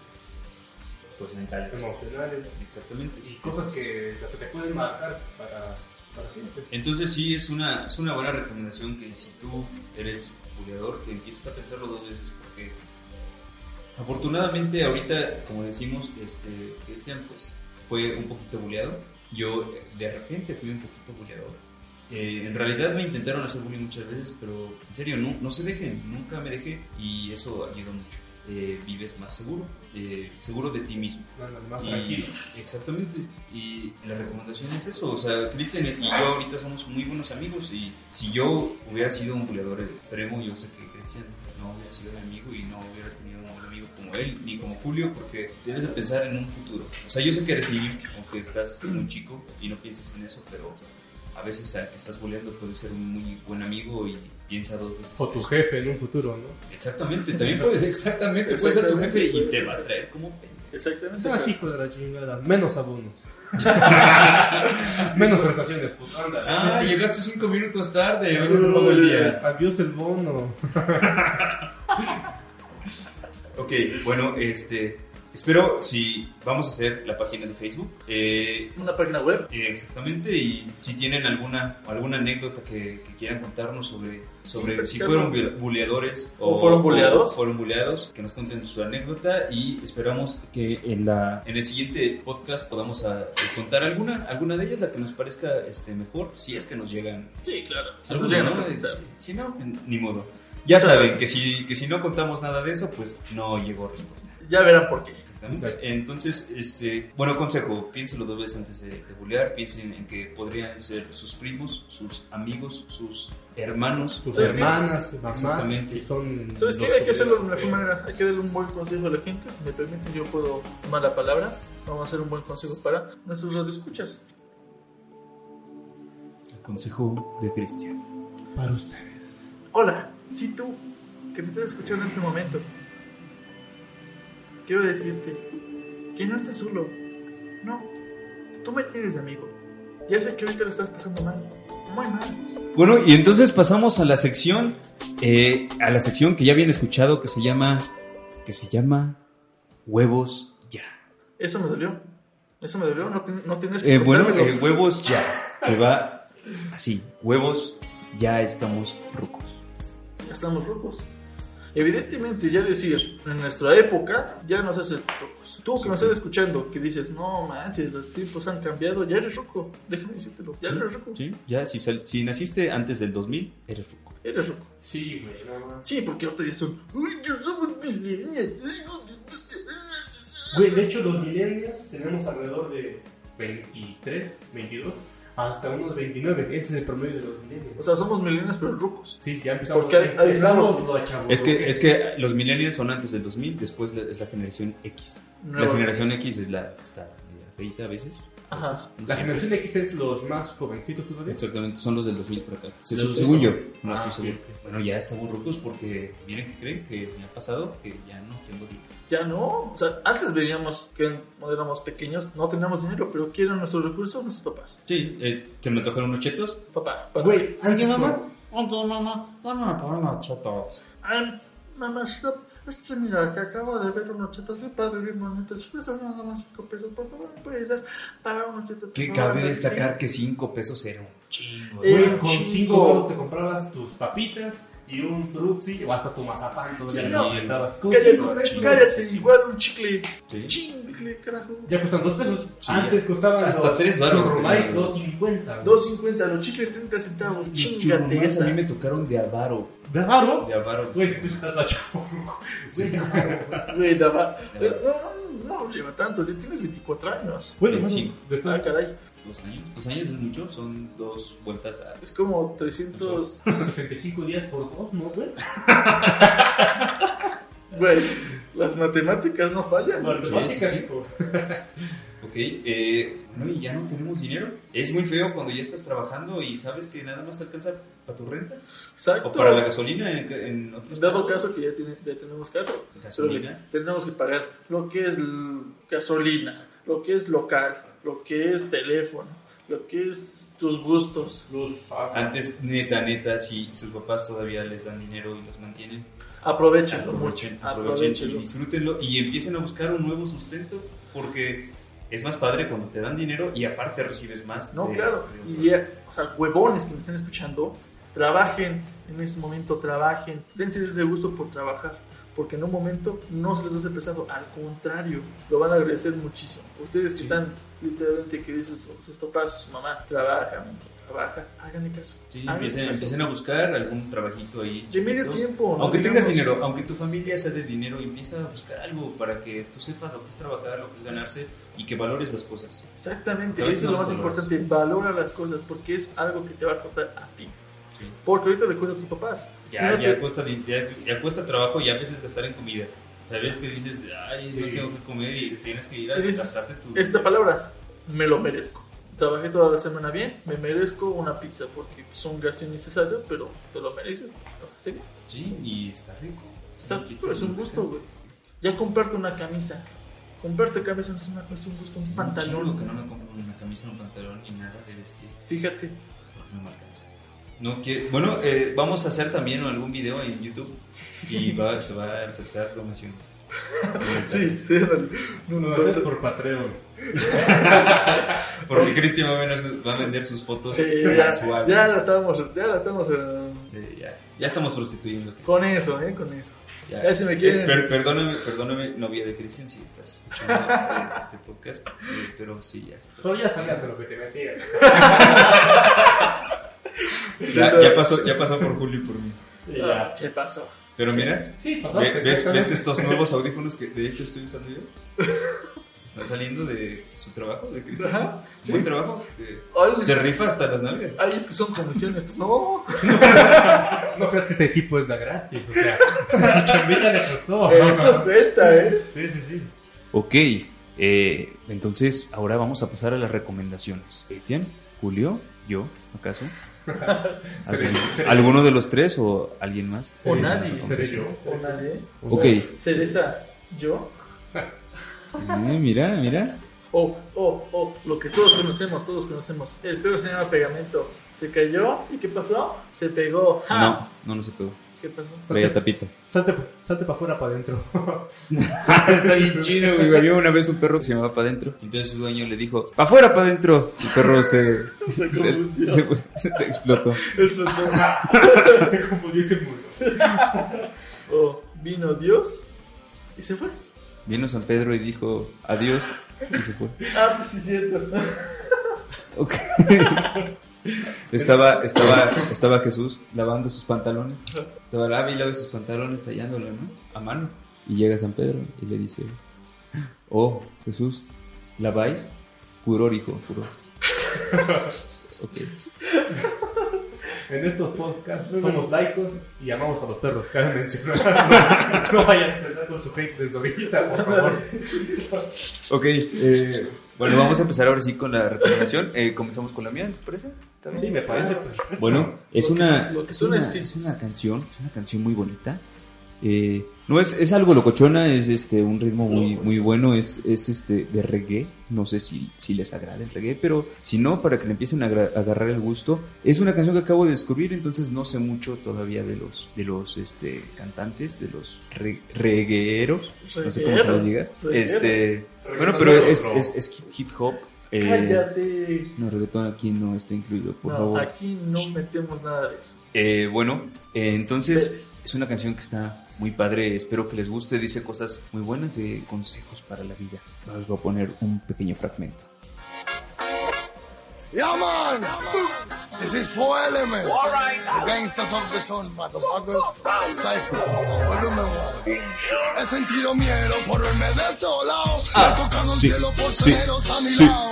Speaker 5: pues, mentales.
Speaker 6: emocionales
Speaker 5: Exactamente.
Speaker 6: y cosas que hasta te pueden marcar para, para pues, siempre.
Speaker 5: Entonces sí, es una, es una buena recomendación que si tú eres buleador, que empieces a pensarlo dos veces, porque afortunadamente ahorita, como decimos, este, Cristian pues, fue un poquito buleado, yo eh, de repente fui un poquito buleador. Eh, en realidad me intentaron hacer bullying muchas veces, pero en serio, no, no se dejen, nunca me dejé y eso ayuda mucho. Eh, vives más seguro, eh, seguro de ti mismo.
Speaker 6: Bueno, más
Speaker 5: Y-
Speaker 6: tranquilo.
Speaker 5: Exactamente. Y la recomendación es eso. O sea, Cristian y yo ahorita somos muy buenos amigos. Y si yo hubiera sido un buleador extremo, yo sé que Cristian no hubiera sido mi amigo y no hubiera tenido un amigo como él ni como Julio, porque debes de pensar en un futuro. O sea, yo sé que eres niño, aunque estás muy chico y no piensas en eso, pero a veces al que estás buleando puede ser un muy buen amigo y piensa dos veces.
Speaker 6: O
Speaker 5: en
Speaker 6: tu
Speaker 5: eso.
Speaker 6: jefe en un futuro, ¿no?
Speaker 5: Exactamente, también puedes, exactamente, puede ser tu jefe y te va a traer como pendejo.
Speaker 3: Exactamente.
Speaker 6: Así hijo de la chingada. Menos *laughs* abonos. Menos prestaciones, pues, puto. Ándale.
Speaker 5: Ah, llegaste cinco minutos tarde, hoy
Speaker 6: Uy,
Speaker 5: no te pago el día.
Speaker 6: Adiós el bono.
Speaker 5: *laughs* Ok, bueno, este, espero si vamos a hacer la página de Facebook. eh,
Speaker 3: Una página web.
Speaker 5: eh, exactamente, y si tienen alguna alguna anécdota que, que quieran contarnos sobre, sobre
Speaker 3: Sí,
Speaker 5: si
Speaker 3: claro.
Speaker 5: fueron bu- buleadores
Speaker 3: ¿O fueron buleados?
Speaker 5: o fueron buleados, que nos cuenten su anécdota y esperamos que en la en el siguiente podcast podamos a- eh, contar alguna alguna de ellas, la que nos parezca este mejor, si es que nos llegan
Speaker 3: Sí, claro. Si
Speaker 5: Algo,
Speaker 3: nos llegan a
Speaker 5: ¿no?
Speaker 3: contestar.
Speaker 5: Si no, ni modo. Ya saben que si, que si no contamos nada de eso, pues no llegó respuesta.
Speaker 3: Ya verán por qué.
Speaker 5: Exactamente. Entonces, este, bueno, consejo, piénselo dos veces antes de, de bulear, piensen en que podrían ser sus primos, sus amigos, sus hermanos,
Speaker 6: Tus
Speaker 3: ¿Sabes qué?
Speaker 6: hermanas, tus mamás,
Speaker 5: Exactamente.
Speaker 6: que son.
Speaker 3: ¿Sabes qué?
Speaker 6: los
Speaker 3: Hay que hacerlo de la
Speaker 6: que-
Speaker 3: mejor manera. Hay que darle un buen consejo a la gente. Si me permiten, yo puedo tomar la palabra. Vamos a hacer un buen consejo para nuestros radioescuchas.
Speaker 5: El consejo de Cristian.
Speaker 6: Para usted.
Speaker 3: Hola, si tú que me estás escuchando en este momento, quiero decirte que no estás solo. No, tú me tienes de amigo. Ya sé que ahorita lo estás pasando mal, muy mal.
Speaker 5: Bueno, y entonces pasamos a la sección, eh, a la sección que ya habían escuchado que se llama, que se llama Huevos Ya.
Speaker 3: Eso me dolió. Eso me dolió. No, te- no tienes que
Speaker 5: Eh, bueno,
Speaker 3: cortármelo.
Speaker 5: eh, huevos ya. Que va así, huevos ya estamos rucos.
Speaker 3: Ya estamos rucos. Evidentemente, ya decir, en nuestra época ya nos haces rucos. pues. Tú que
Speaker 5: Sí,
Speaker 3: nos
Speaker 5: sí.
Speaker 3: estás escuchando, que dices, no manches, los tiempos han cambiado, ya eres ruco. Déjame decírtelo, ya
Speaker 5: Sí,
Speaker 3: eres ruco.
Speaker 5: Sí, ya, si, sal- si naciste antes del 2000, eres ruco.
Speaker 3: Eres ruco.
Speaker 6: Sí, güey, no mames.
Speaker 3: Sí, porque ahorita ya son, uy, yo somos millennials.
Speaker 6: Güey, de hecho, los millennials tenemos alrededor de 23, 22, hasta unos 29. Ese es el promedio de los millennials.
Speaker 3: O sea, somos millennials pero rucos.
Speaker 6: sí, ya empezamos.
Speaker 3: porque ahí- ahí
Speaker 6: empezamos
Speaker 3: estamos.
Speaker 6: lo chavo.
Speaker 5: Es que, es que los millennials son antes del 2000, después la- es la generación X. La
Speaker 3: Nueva-
Speaker 5: generación X es la que está media feita a veces.
Speaker 3: Ajá.
Speaker 5: No
Speaker 6: La
Speaker 5: sé.
Speaker 6: generación X es los más jovencitos todavía.
Speaker 5: Exactamente, son los del 2000 para acá. Se-
Speaker 6: Los-
Speaker 5: según yo, no
Speaker 6: Ah,
Speaker 5: estoy
Speaker 6: ok,
Speaker 5: seguro. Bueno, ya estamos rucos porque miren que creen que me ha pasado que ya no tengo dinero.
Speaker 3: Ya no. O sea, antes veíamos que cuando éramos pequeños no teníamos dinero, pero ¿quién eran nuestros recursos? Nuestros papás.
Speaker 5: Sí, eh, se me tocaron unos chetos.
Speaker 3: Papá,
Speaker 6: ok.
Speaker 3: papá.
Speaker 6: Güey, ¿alguien mamá?
Speaker 3: Ay, mamá, stop. Es que mira, que acabo de ver unos chetos bien padres, bien bonitos. Cuestan nada más 5 pesos. Por favor, ¿me puedes dar Ah, para unos chetos.
Speaker 5: Que
Speaker 3: Ahora,
Speaker 5: cabe
Speaker 3: sí.
Speaker 5: destacar que 5 pesos Ah, era un chingo.
Speaker 3: Eh,
Speaker 5: güey.
Speaker 6: Güey, con
Speaker 3: chingo.
Speaker 6: 5 baros te comprabas tus papitas y un frutzi o hasta tu mazapán todavía.
Speaker 5: Sí,
Speaker 6: lo
Speaker 5: no.
Speaker 6: aventabas. Con cinco
Speaker 3: Cállate,
Speaker 6: pesos.
Speaker 3: cállate, igual un chicle.
Speaker 5: Sí.
Speaker 3: Chicle, carajo.
Speaker 6: Ya cuestan 2 pesos.
Speaker 5: Sí,
Speaker 6: Antes costaban
Speaker 5: Hasta
Speaker 6: los
Speaker 5: tres varos.
Speaker 6: churrumais 2.50.
Speaker 3: 2.50, los chicles 30 centavos.
Speaker 5: Los
Speaker 3: Chingate
Speaker 5: churrumais a
Speaker 3: esa.
Speaker 5: mí me tocaron de avaro.
Speaker 6: ¿De varo?
Speaker 5: De avaro.
Speaker 6: Güey, tú estás bachado.
Speaker 5: Sí.
Speaker 3: Güey, daba.
Speaker 5: De
Speaker 3: No, no, no lleva tanto. Ya tienes 24 años.
Speaker 6: Bueno,
Speaker 5: Bien,
Speaker 6: bueno,
Speaker 5: sí.
Speaker 3: Ah,
Speaker 6: después-
Speaker 3: caray.
Speaker 5: Dos años. Dos años es mucho, son dos vueltas a.
Speaker 3: Es como 300.
Speaker 6: 65 días por 2, ¿no, güey?
Speaker 3: Güey, las matemáticas no fallan.
Speaker 5: matemáticas, sí. Ok, eh, bueno, y ya no tenemos dinero. Es muy feo cuando ya estás trabajando y sabes que nada más te alcanza para tu renta
Speaker 3: Exacto.
Speaker 5: o para la gasolina en, en otros
Speaker 3: Dado
Speaker 5: casos.
Speaker 3: caso que ya, tiene- ya tenemos carro, solo que
Speaker 5: Gasolina.
Speaker 3: tenemos que pagar lo que es l- gasolina, lo que es local, lo que es teléfono, lo que es tus gustos.
Speaker 5: Antes, neta, neta, si sus papás todavía les dan dinero y los mantienen,
Speaker 3: Aprovechenlo mucho.
Speaker 5: aprovechen, aprovechen y
Speaker 3: Aprovechenlo.
Speaker 5: disfrútenlo y empiecen a buscar un nuevo sustento porque es más padre cuando te dan dinero y aparte recibes más.
Speaker 3: No,
Speaker 5: de-
Speaker 3: claro.
Speaker 5: de otros.
Speaker 3: Y ya, o sea, huevones que me están escuchando, trabajen en ese momento, trabajen. Dense ese gusto por trabajar. Porque en un momento no se les hace pesado, al contrario, lo van a agradecer muchísimo. Ustedes que
Speaker 5: Sí.
Speaker 3: están literalmente, que dicen sus, sus papás, su mamá, trabajan, trabajan, háganle caso.
Speaker 5: Sí,
Speaker 3: háganle
Speaker 5: empiecen,
Speaker 3: caso.
Speaker 5: empiecen a buscar algún trabajito ahí.
Speaker 3: De medio
Speaker 5: chiquito.
Speaker 3: tiempo. ¿no?
Speaker 5: Aunque
Speaker 3: Digamos,
Speaker 5: tengas dinero, aunque tu familia sea de dinero, empieza a buscar algo para que tú sepas lo que es trabajar, lo que es ganarse y que valores las cosas.
Speaker 3: Exactamente,
Speaker 5: A veces
Speaker 3: eso es lo
Speaker 5: no
Speaker 3: más
Speaker 5: los valoras.
Speaker 3: importante. Valora las cosas porque es algo que te va a costar a ti.
Speaker 5: Sí.
Speaker 3: Porque ahorita le cuesta a tus papás.
Speaker 5: Ya,
Speaker 3: Claro
Speaker 5: ya,
Speaker 3: que-
Speaker 5: cuesta, di- ya, ya cuesta trabajo y a veces gastar en comida. Sabes que dices, ay, no
Speaker 6: Sí.
Speaker 5: tengo que comer y tienes que ir a
Speaker 3: Y dices,
Speaker 5: gastarte tu...
Speaker 3: Esta palabra, me lo merezco. Trabajé toda la semana bien, me merezco una pizza porque es un gasto innecesario, pero te lo mereces. lo haces bien.
Speaker 5: Sí, y está rico.
Speaker 3: Está-
Speaker 5: Una pizza
Speaker 3: es un
Speaker 5: rica.
Speaker 3: gusto, güey. Ya comprarte una camisa. Comprarte camisa no es, una- es un gusto, un
Speaker 5: Tengo un chingo que
Speaker 3: pantalón.
Speaker 5: no me compro una camisa, un pantalón ni nada de vestir.
Speaker 3: Fíjate,
Speaker 5: porque no me alcanza. No quiere- Bueno, eh, vamos a hacer también algún video en YouTube y va, se va a aceptar donaciones.
Speaker 3: *laughs* sí, sí, dale.
Speaker 6: No, no, gracias por Patreon.
Speaker 5: Porque Cristian va a vender, su- va a vender sus fotos
Speaker 3: Sí, ya,
Speaker 5: casuales.
Speaker 3: ya la estamos, ya la estamos eh,
Speaker 5: Sí, ya. Ya estamos prostituyendo. Cristian.
Speaker 3: con eso, eh, con eso.
Speaker 5: Ya.
Speaker 3: Ya se me quieren-
Speaker 5: Eh, per- perdóname, perdóname, novia de Cristian, si estás escuchando *laughs* este podcast, eh, pero sí, ya está.
Speaker 6: Pero ya sabías a lo que te metías.
Speaker 5: Ya, ya pasó, ya pasó por Julio y por mí.
Speaker 6: Y ya.
Speaker 3: ¿Qué pasó?
Speaker 5: Pero mira,
Speaker 6: Sí, pasaste.
Speaker 5: ve-
Speaker 3: pues,
Speaker 5: ¿ves, ves
Speaker 6: exactamente.
Speaker 5: estos
Speaker 3: *laughs*
Speaker 5: nuevos audífonos que de hecho estoy usando yo? Están saliendo de su trabajo, de Cristian.
Speaker 3: Ajá.
Speaker 5: Buen trabajo. eh,
Speaker 3: Ay,
Speaker 5: se rifa hasta las nalgas.
Speaker 3: ay, es que son comisiones, pues no.
Speaker 6: No creas que este equipo es la gratis, o sea, su chambita le costó.
Speaker 3: Esto cuenta, ¿eh?
Speaker 6: Sí, sí, sí.
Speaker 5: Ok, eh, entonces ahora vamos a pasar a las recomendaciones. Cristian, Julio, yo, ¿acaso?
Speaker 6: *laughs* Seré- seré-
Speaker 5: ¿Alguno de los tres o alguien más?
Speaker 3: O
Speaker 6: seré-
Speaker 3: nadie.
Speaker 6: Seré yo.
Speaker 3: O nadie.
Speaker 5: Ok,
Speaker 3: Cereza, yo.
Speaker 5: Eh, mira, mira.
Speaker 3: O, o, o, lo que todos conocemos, todos conocemos. El pelo se llama pegamento. Se cayó y ¿qué pasó? Se pegó. ¡Ja!
Speaker 6: Ah.
Speaker 5: No, no, no se pegó.
Speaker 3: ¿Qué pasó? *laughs*
Speaker 4: Traía tapita.
Speaker 6: Salte, salte para afuera, para adentro. *laughs*
Speaker 4: Ah, Está bien chido, güey. Había una vez un perro que se llamaba para adentro. Entonces su dueño le dijo, para afuera, para adentro. El perro se, se, se- se explotó.
Speaker 3: Eso es todo.
Speaker 6: se confundió ese muro.
Speaker 3: *laughs* Oh, vino Dios y se fue.
Speaker 4: Vino San Pedro y dijo, adiós. Y se fue.
Speaker 3: Ah, pues sí, es cierto.
Speaker 4: Ok. Estaba, estaba, estaba Jesús lavando sus pantalones. Estaba el ávila de sus pantalones tallándolo, ¿no? A mano. Y llega San Pedro y le dice, oh, Jesús, ¿laváis? Furor, hijo, furor. *laughs* Ok.
Speaker 6: En estos podcasts somos laicos y amamos a los perros, cabe mencionar. No vayan a empezar con su hate desde ahorita, por favor.
Speaker 4: Ok, eh, bueno, vamos a empezar ahora sí con la recomendación. Eh, comenzamos con la mía, ¿les parece?
Speaker 6: Sí, me parece perfecto.
Speaker 4: Bueno, es
Speaker 3: Lo que-
Speaker 4: una,
Speaker 3: lo que
Speaker 4: es,
Speaker 3: suena
Speaker 4: una,
Speaker 3: es sí.
Speaker 4: es una canción, es una canción muy bonita. Eh, no es, es algo locochona, es este un ritmo muy, muy bueno, es, es este de reggae. No sé si, si les agrada el reggae, pero si no, para que le empiecen a agra- agarrar el gusto. Es una canción que acabo de descubrir, entonces no sé mucho todavía de los, de los este cantantes, de los re- regueeros, no sé cómo se les diga.
Speaker 3: Regueeros.
Speaker 4: Este,
Speaker 6: Reggaetón
Speaker 4: bueno, pero es,
Speaker 6: no.
Speaker 4: es, es hip hop. eh,
Speaker 3: *laughs* Cállate.
Speaker 4: no, reggaetón aquí no está incluido, por
Speaker 3: no,
Speaker 4: favor.
Speaker 3: aquí no metemos nada de eso.
Speaker 4: Eh, bueno, eh, entonces es una canción que está muy padre, espero que les guste, dice cosas muy buenas de consejos para la vida. Ahora Les voy a poner un pequeño fragmento.
Speaker 7: Yeah, man. This is four elements. All right. Gangsters of the sun, motherfuckers. Cypher. Volumen one. He sentido miedo por verme desolado.
Speaker 4: Ah,
Speaker 7: he tocado
Speaker 4: sí,
Speaker 7: el cielo por
Speaker 4: sí,
Speaker 7: teneros a mi
Speaker 4: sí.
Speaker 7: lado.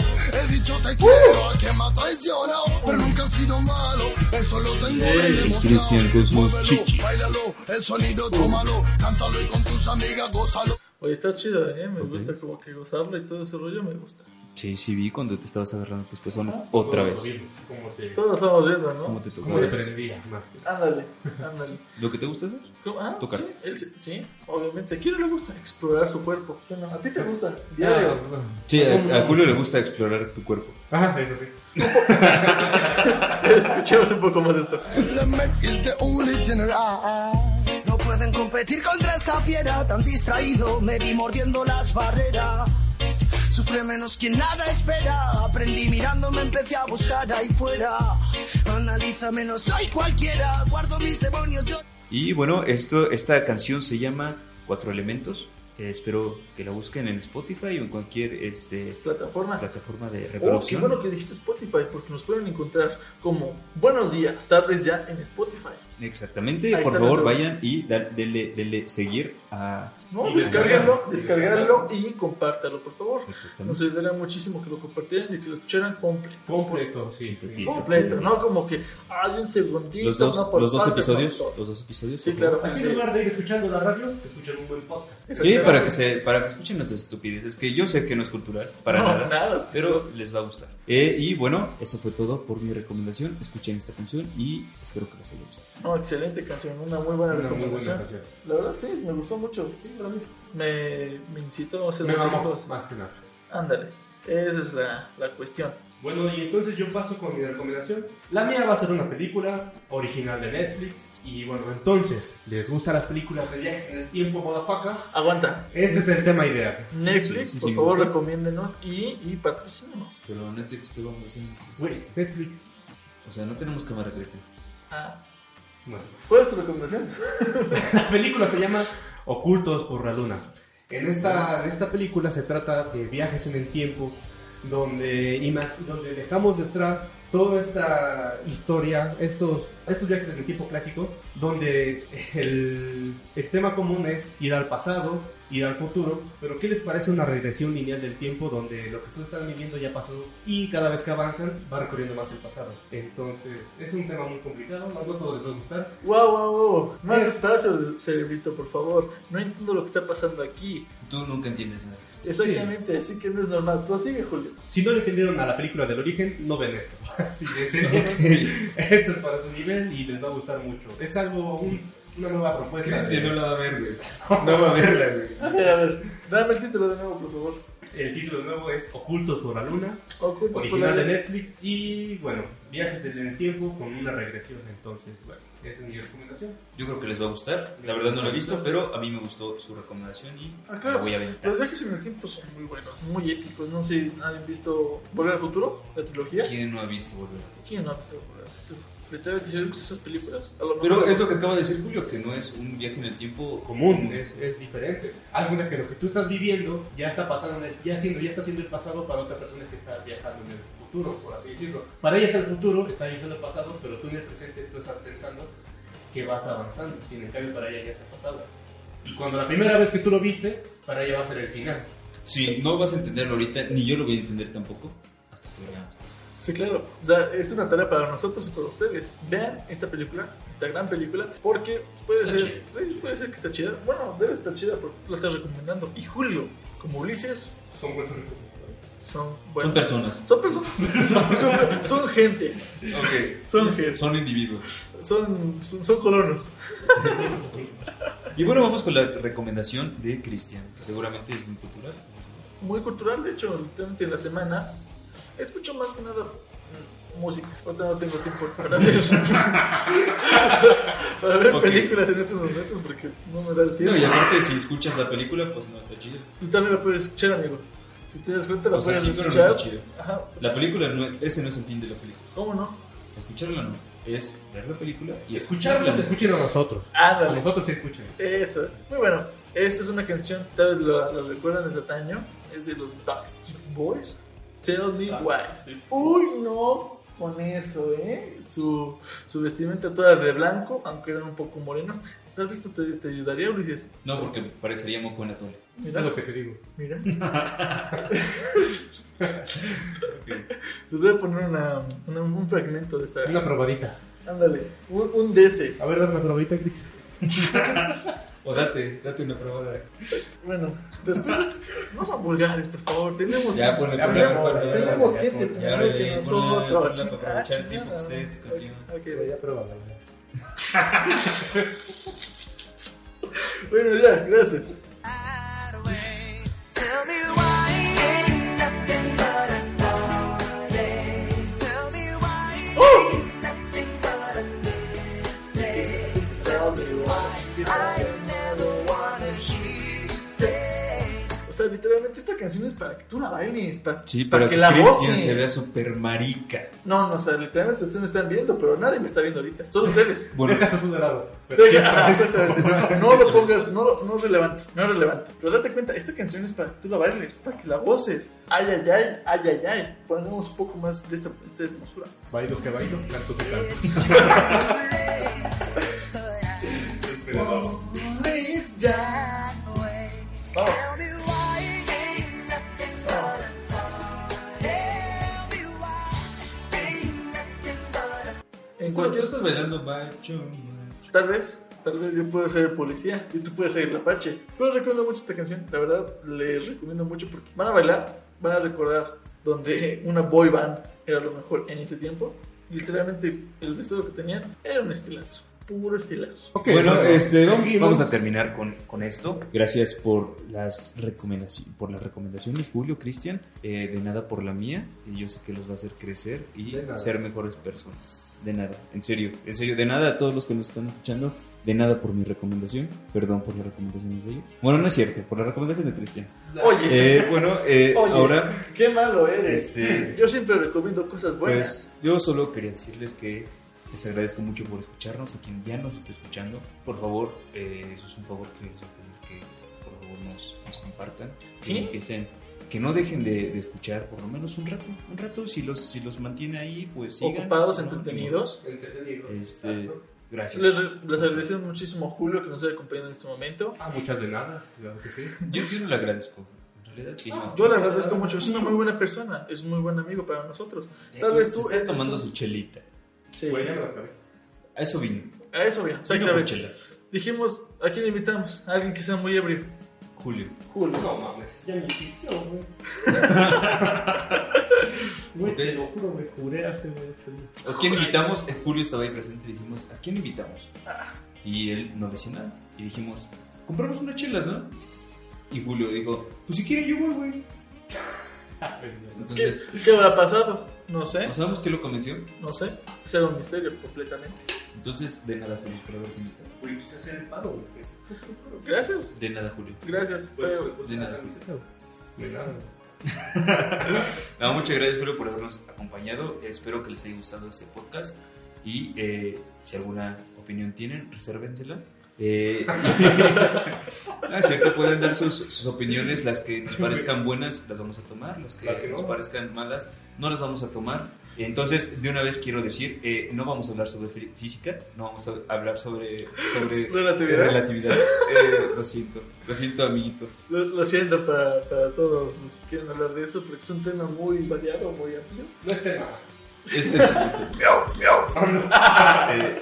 Speaker 7: He dicho te quiero a quien me ha traicionado. Pero nunca he sido malo. Eso lo tengo bien demostrado.
Speaker 4: Cristian con sus
Speaker 7: Muévelo,
Speaker 4: chichis.
Speaker 7: Báilalo. El sonido, tómalo. Cántalo y con tus amigas, gózalo.
Speaker 3: Oye, está chido, ¿eh? Me gusta como que gozarla y todo ese rollo me gusta.
Speaker 4: Sí, sí vi cuando te estabas agarrando tus personas otra
Speaker 6: Todos
Speaker 4: vez.
Speaker 6: vimos Cómo te,
Speaker 3: Todos estamos viendo, ¿no?
Speaker 4: ¿Cómo te tocó?
Speaker 6: cómo te prendía, más que
Speaker 3: Ándale, ándale.
Speaker 4: ¿Lo que te gusta eso?
Speaker 3: ¿Cómo? Ah,
Speaker 4: Tocar.
Speaker 3: Sí, él sí- sí, obviamente. ¿A quién no le gusta explorar su cuerpo? ¿Qué no? ¿A ti te gusta? Diario.
Speaker 4: Sí, a, a Julio le gusta explorar tu cuerpo.
Speaker 6: Ah, eso sí.
Speaker 3: *laughs* Escuchemos un poco más de esto.
Speaker 7: Element is the only general.
Speaker 8: No pueden competir contra esta fiera, tan distraído me vi mordiendo las barreras. Sufre menos quien nada espera, aprendí mirándome, empecé a buscar ahí fuera. Analiza menos soy cualquiera, guardo mis demonios, yo...
Speaker 4: Y bueno, esto, esta canción se llama Cuatro Elementos. Eh, espero que la busquen en Spotify o en cualquier este,
Speaker 3: Plataforma.
Speaker 4: plataforma de
Speaker 3: Oh, qué
Speaker 4: reproducción.
Speaker 3: bueno que dijiste Spotify, porque nos pueden encontrar como buenos días, tardes ya en Spotify.
Speaker 4: Exactamente,
Speaker 3: Ahí
Speaker 4: por
Speaker 3: está
Speaker 4: favor
Speaker 3: nuestro-
Speaker 4: vayan y da- denle, denle seguir a...
Speaker 3: ¿No?
Speaker 6: Y
Speaker 3: Descargarlo,
Speaker 6: descargarlo.
Speaker 3: descargarlo y compártalo, por favor. Nos
Speaker 4: Exactamente.
Speaker 3: ayudaría muchísimo que lo compartieran y que lo escucharan completo.
Speaker 6: Completo, sí.
Speaker 4: Completo.
Speaker 3: Completo, no como que hay un segundito.
Speaker 4: Los dos,
Speaker 3: no, por
Speaker 4: los dos
Speaker 3: partes,
Speaker 4: episodios,
Speaker 3: no, todo.
Speaker 4: los dos episodios.
Speaker 3: Sí,
Speaker 4: por
Speaker 3: claro.
Speaker 4: favor.
Speaker 6: Así en lugar de ir escuchando la radio, escuchan un buen podcast.
Speaker 4: Sí, para que se, para que escuchen nuestras estupideces, que yo sé que no es cultural, para
Speaker 3: No,
Speaker 4: nada,
Speaker 3: nada.
Speaker 4: pero les va a gustar. Eh, y bueno, eso fue todo por mi recomendación. Escuchen esta canción y espero que les haya gustado.
Speaker 3: No, excelente canción, una muy buena
Speaker 6: Una muy
Speaker 3: recomendación.
Speaker 6: buena canción.
Speaker 3: La verdad, sí, me gustó mucho. Sí, para mí. Me, me incitó a hacer
Speaker 6: Me
Speaker 3: muchas
Speaker 6: mamó,
Speaker 3: cosas.
Speaker 6: más que nada.
Speaker 3: Ándale, esa es la, la cuestión.
Speaker 6: Bueno, y entonces yo paso con mi recomendación. La mía va a ser una película original de Netflix. Y bueno, entonces, ¿les gustan las películas de viajes en el tiempo, motherfuckers?
Speaker 3: Aguanta,
Speaker 6: Ese es el tema ideal.
Speaker 3: Netflix,
Speaker 4: Sí,
Speaker 3: por
Speaker 4: sí, sí, me
Speaker 3: favor,
Speaker 4: gusta.
Speaker 3: recomiéndenos y, y patrocínenos.
Speaker 4: Pero Netflix, ¿qué vamos a hacer?
Speaker 6: Güey, Netflix.
Speaker 4: O sea, no tenemos cámara, Cristian.
Speaker 3: Ah,
Speaker 6: Bueno,
Speaker 3: ¿Cuál es tu recomendación?
Speaker 6: La película se llama Ocultos por la Luna. En esta, en esta película se trata de viajes en el tiempo, donde, ima- donde dejamos detrás toda esta historia, estos, estos viajes en el tiempo clásicos, donde el, el tema común es ir al pasado, ir al futuro, pero ¿qué les parece una regresión lineal del tiempo donde lo que ustedes están viviendo ya pasó y cada vez que avanzan va recorriendo más el pasado? Entonces, es un tema muy complicado, no a todos les va a gustar,
Speaker 3: Wow, wow, wow. Más espacio, cerebrito, por favor. No entiendo lo que está pasando aquí.
Speaker 4: Tú nunca entiendes nada. Cristian.
Speaker 3: Exactamente, así que no es normal. Prosigue, Julio.
Speaker 6: Si no le entendieron a la película del origen, no ven *laughs* esto. si le entendieron, esto es para su nivel y les va a gustar mucho. Es algo, un, una nueva propuesta.
Speaker 5: Cristian no la va a ver, güey.
Speaker 6: *laughs*
Speaker 5: No va a verla, güey.
Speaker 3: A ver, a ver, dame el título de nuevo, por favor. pues,
Speaker 6: El título nuevo es Ocultos por la Luna,
Speaker 3: Ocultos por la
Speaker 6: original de
Speaker 3: luna.
Speaker 6: Netflix y bueno, viajes en el tiempo con una regresión. Entonces, bueno, esa es mi recomendación.
Speaker 5: Yo creo que les va a gustar. La verdad no lo he visto, pero a mí me gustó su recomendación y
Speaker 3: Ah,
Speaker 5: la
Speaker 3: claro.
Speaker 5: voy a aventar.
Speaker 3: Los viajes en el tiempo son muy buenos, muy épicos. No sé, ¿han visto Volver al Futuro? La trilogía.
Speaker 5: ¿Quién no ha visto volver?
Speaker 3: ¿Quién no ha visto Volver al Futuro? Literalmente, si les gustan esas películas, a lo
Speaker 5: Pero
Speaker 3: mejor-
Speaker 5: es lo que acaba de decir Julio, que no es un viaje en el tiempo
Speaker 6: Común, es, es diferente. Haz cuenta que lo que tú estás viviendo ya está pasando, en el- ya siendo, ya está siendo el pasado para otra persona que está viajando en el futuro, por así decirlo. Para ella es el futuro, está viviendo el pasado, pero tú en el presente tú estás pensando que vas avanzando. Sin en cambio, para ella ya es el pasado. Y cuando la primera vez que tú lo viste, para ella va a ser el final.
Speaker 5: Sí, no vas a entenderlo ahorita, ni yo lo voy a entender tampoco, hasta que lo veamos.
Speaker 3: Sí, claro. O sea, es una tarea para nosotros y para ustedes. Vean esta película, esta gran película, porque puede
Speaker 5: Está
Speaker 3: ser, sí, puede ser que está chida. Bueno, debe estar chida porque tú la estás recomendando. Y Julio, como Ulises,
Speaker 6: Son buenos
Speaker 3: son
Speaker 5: Son
Speaker 3: buenos.
Speaker 5: personas.
Speaker 3: Son personas. Son, son gente.
Speaker 5: Ok.
Speaker 3: Son gente.
Speaker 5: Son individuos.
Speaker 3: Son, son, son colonos.
Speaker 5: Y bueno, vamos con la recomendación de Cristian, que seguramente es muy cultural.
Speaker 3: Muy cultural, de hecho, literalmente en la semana escucho más que nada mm, música. Ahorita no tengo tiempo para ver, *laughs* para ver
Speaker 5: Ok.
Speaker 3: películas en estos momentos porque no me da el tiempo.
Speaker 5: No, y aparte, si escuchas la película, pues no está chido.
Speaker 3: Tú también la puedes escuchar, amigo. Si te das cuenta, la
Speaker 5: O sea,
Speaker 3: puedes
Speaker 5: sí, pero no
Speaker 3: escuchar.
Speaker 5: está chido.
Speaker 3: Ajá. o sea,
Speaker 5: La película, no, es- ese no es el fin de la película.
Speaker 3: ¿Cómo no?
Speaker 5: Escucharla no, es ver la película y escucharla.
Speaker 6: Escucharlos, escuchen a nosotros. A
Speaker 3: Ándale.
Speaker 6: nosotros sí escuchen.
Speaker 3: Eso. Muy bueno. Esta es una canción, tal vez la, la recuerdan desde antaño. Es de los Backstreet Boys. Ah, Tell me why. Uy, no. Con eso, ¿eh? Su, su vestimenta toda de blanco, aunque eran un poco morenos. Tal vez esto te, te ayudaría, Ulises.
Speaker 5: No, porque parecería moco en la tole.
Speaker 6: Es
Speaker 3: Mira,
Speaker 6: lo que te digo.
Speaker 5: *laughs*
Speaker 3: mira. Les voy a poner una, una- un fragmento de esta.
Speaker 6: Una probadita.
Speaker 3: Ándale, un, un DC.
Speaker 6: A ver, dame una probadita, Cris.
Speaker 5: O date, date una prueba de...
Speaker 3: Bueno, después. *laughs* no son vulgares, por favor. Tenemos.
Speaker 5: Ya ponle
Speaker 6: Ya,
Speaker 5: programa,
Speaker 6: pero-
Speaker 5: ponle,
Speaker 6: ya,
Speaker 5: ponle,
Speaker 3: tenemos
Speaker 6: ya,
Speaker 3: gente
Speaker 6: ya,
Speaker 3: primero
Speaker 5: ya,
Speaker 3: que
Speaker 5: ya,
Speaker 3: nosotros.
Speaker 5: ponla, ponla para
Speaker 3: chica,
Speaker 5: aprovechar el
Speaker 3: chingada.
Speaker 5: tiempo que ustedes te contienen.
Speaker 3: Ok,
Speaker 6: ya pruébala.
Speaker 3: ok. Bueno, ya, gracias.
Speaker 9: Tell me why ain't nothing but a party. Tell me why ain't nothing but a mistake. Tell me why I never wanna hear you say.
Speaker 3: O sea, literalmente esta canción es para que tú la bailes. Para,
Speaker 5: Sí,
Speaker 3: para
Speaker 5: pero
Speaker 3: que la
Speaker 5: Cristian se
Speaker 3: voces.
Speaker 5: vea súper marica.
Speaker 3: No, no, o sea, literalmente ustedes me están viendo, pero nadie me está viendo ahorita.
Speaker 5: *laughs*
Speaker 3: Solo ustedes.
Speaker 5: Bueno,
Speaker 6: Dejas tú de lado.
Speaker 3: *laughs* Ajá, exactamente. No, no lo pongas, no, lo- no es relevante, no es relevante. Pero date cuenta, esta canción es para que tú la bailes, para que la voces. Ay, ay, ay, ay, ay, ay. Ponemos un poco más de esta, esta hermosura.
Speaker 6: Bailo que bailo, canto que canto.
Speaker 3: Vamos. En
Speaker 5: tú, tú
Speaker 3: cualquier-
Speaker 5: estás bailando macho, macho.
Speaker 3: Tal vez, tal vez yo pueda ser el policía y tú puedes ser el apache. Pero recomiendo mucho esta canción, la verdad, les recomiendo mucho porque van a bailar, van a recordar donde una boy band era lo mejor en ese tiempo. Literalmente el vestido que tenían era un estilazo, puro estilazo.
Speaker 6: Ok,
Speaker 5: bueno, este, vamos,
Speaker 6: seguimos.
Speaker 5: vamos a terminar con, con esto. Gracias por las recomendaciones, por las recomendaciones, Julio, Cristian. Eh, de nada por la mía. Y yo sé que los va a hacer crecer y
Speaker 6: De nada.
Speaker 5: ser mejores personas. De nada, en serio, en serio, de nada a todos los que nos están escuchando. De nada por mi recomendación. Perdón por las recomendaciones de ellos. Bueno, no es cierto, por la recomendación de Cristian.
Speaker 3: Oye,
Speaker 5: Eh, bueno, eh,
Speaker 3: Oye.
Speaker 5: ahora
Speaker 3: qué malo eres. *laughs*
Speaker 5: este-
Speaker 3: Yo siempre recomiendo cosas buenas.
Speaker 5: Pues yo solo quería decirles que les agradezco mucho por escucharnos, a quien ya nos esté escuchando. Por favor, eh, eso es un favor que les voy a pedir que por favor nos, nos compartan.
Speaker 3: ¿Sí?
Speaker 5: Que empiecen, que no dejen de, de escuchar por lo menos un rato, un rato, si los, si los mantiene ahí, pues sigan.
Speaker 3: ocupados,
Speaker 5: Si no,
Speaker 3: entretenidos.
Speaker 6: Entretenido.
Speaker 5: Este, gracias.
Speaker 3: Les, re- les agradecemos muchísimo a Julio que nos haya acompañado en este momento.
Speaker 6: Ah, muchas de nada, claro que sí.
Speaker 5: Yo, yo no le agradezco. En realidad, sí, no.
Speaker 3: Yo le agradezco mucho, es una muy buena persona, es un muy buen amigo para nosotros.
Speaker 5: Eh,
Speaker 3: Tal
Speaker 5: pues,
Speaker 3: vez
Speaker 5: se
Speaker 3: tú
Speaker 5: está
Speaker 3: eres
Speaker 5: tomando
Speaker 3: un-
Speaker 5: su chelita.
Speaker 3: Sí.
Speaker 6: Huele a la cabeza.
Speaker 5: A eso vino.
Speaker 3: A eso bien,
Speaker 5: Vino por
Speaker 3: exactamente.
Speaker 5: chela.
Speaker 3: Dijimos, ¿a quién invitamos? A alguien que sea muy ebrio.
Speaker 5: Julio.
Speaker 3: Julio.
Speaker 6: No mames, ya me pisteó, *laughs* güey. Güey, te lo juro, me juré hace mucho tiempo.
Speaker 5: ¿A quién invitamos? Eh, Julio estaba ahí presente y dijimos, ¿a quién invitamos? Y él no decía nada. Y dijimos, compramos unas chelas, ¿no? Y Julio dijo, pues si quieren yo voy, güey.
Speaker 6: Ah,
Speaker 3: ¿Qué,
Speaker 5: Entonces,
Speaker 3: qué habrá pasado? No sé,
Speaker 5: no sabemos qué lo convenció.
Speaker 3: no sé. Será un misterio completamente.
Speaker 5: Entonces, de nada, Julio, por haberte invitado.
Speaker 6: Güey, quise hacer el paro, güey.
Speaker 3: Gracias,
Speaker 5: De nada, Julio.
Speaker 3: gracias.
Speaker 6: Pues,
Speaker 3: fue-
Speaker 6: pues,
Speaker 5: de nada.
Speaker 6: De nada.
Speaker 5: No, muchas gracias, Julio, por habernos acompañado. Espero que les haya gustado este podcast. Y eh, si alguna opinión tienen, resérvensela. Eh, *laughs* no, es cierto, pueden dar sus, sus opiniones, las que nos parezcan buenas las vamos a tomar, las que,
Speaker 6: Las que no.
Speaker 5: nos parezcan malas no las vamos a tomar. Entonces, de una vez quiero decir, eh, no vamos a hablar sobre fí- física, no vamos a hablar sobre,
Speaker 6: *laughs*
Speaker 5: sobre
Speaker 3: Relatividad.
Speaker 5: relatividad. Eh, lo siento, lo siento, amiguito.
Speaker 3: Lo, lo siento para, para todos los que quieren hablar de eso, porque es un tema muy variado, muy amplio.
Speaker 6: No es tema.
Speaker 5: Este, este- *laughs* Eh,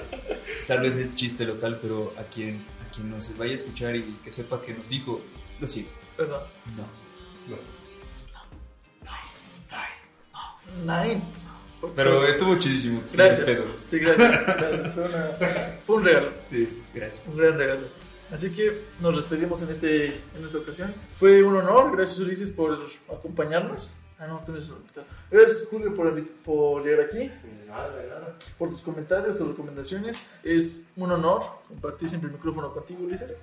Speaker 5: tal vez es chiste local, pero a quien, a quien nos vaya a escuchar y que sepa que nos dijo, lo siento,
Speaker 3: Perdón.
Speaker 5: no.
Speaker 6: No.
Speaker 3: Nine.
Speaker 5: Pero estuvo chidísimo.
Speaker 3: Pues,
Speaker 5: sí,
Speaker 3: Gracias.
Speaker 5: espero.
Speaker 3: Sí, gracias. gracias. Fue, una- fue un regalo,
Speaker 5: Sí, gracias.
Speaker 3: un gran regalo. Así que nos despedimos en, este, en esta ocasión. Fue un honor. Gracias, Ulises, por acompañarnos. Ah, no, tú no eres un invitado. Gracias, Julio, por, por llegar aquí,
Speaker 6: De nada, de nada.
Speaker 3: por tus comentarios, tus recomendaciones. Es un honor compartir siempre el micrófono contigo, Ulises.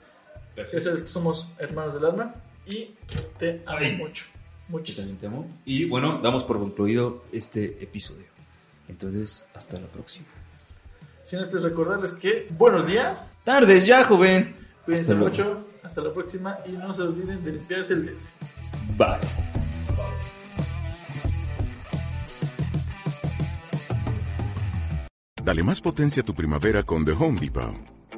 Speaker 3: Ya sabes que somos hermanos del alma y te amo
Speaker 5: Ay.
Speaker 3: mucho.
Speaker 5: Yo
Speaker 3: Muchísimo.
Speaker 5: también te amo. Y bueno, damos por concluido este episodio. Entonces, hasta la próxima.
Speaker 3: Sin antes recordarles que buenos días,
Speaker 5: Tardes ya, joven.
Speaker 3: cuídense
Speaker 5: Hasta luego.
Speaker 3: mucho, hasta la próxima y no se olviden de limpiarse el dedo.
Speaker 5: Bye.
Speaker 10: Dale más potencia a tu primavera con The Home Depot.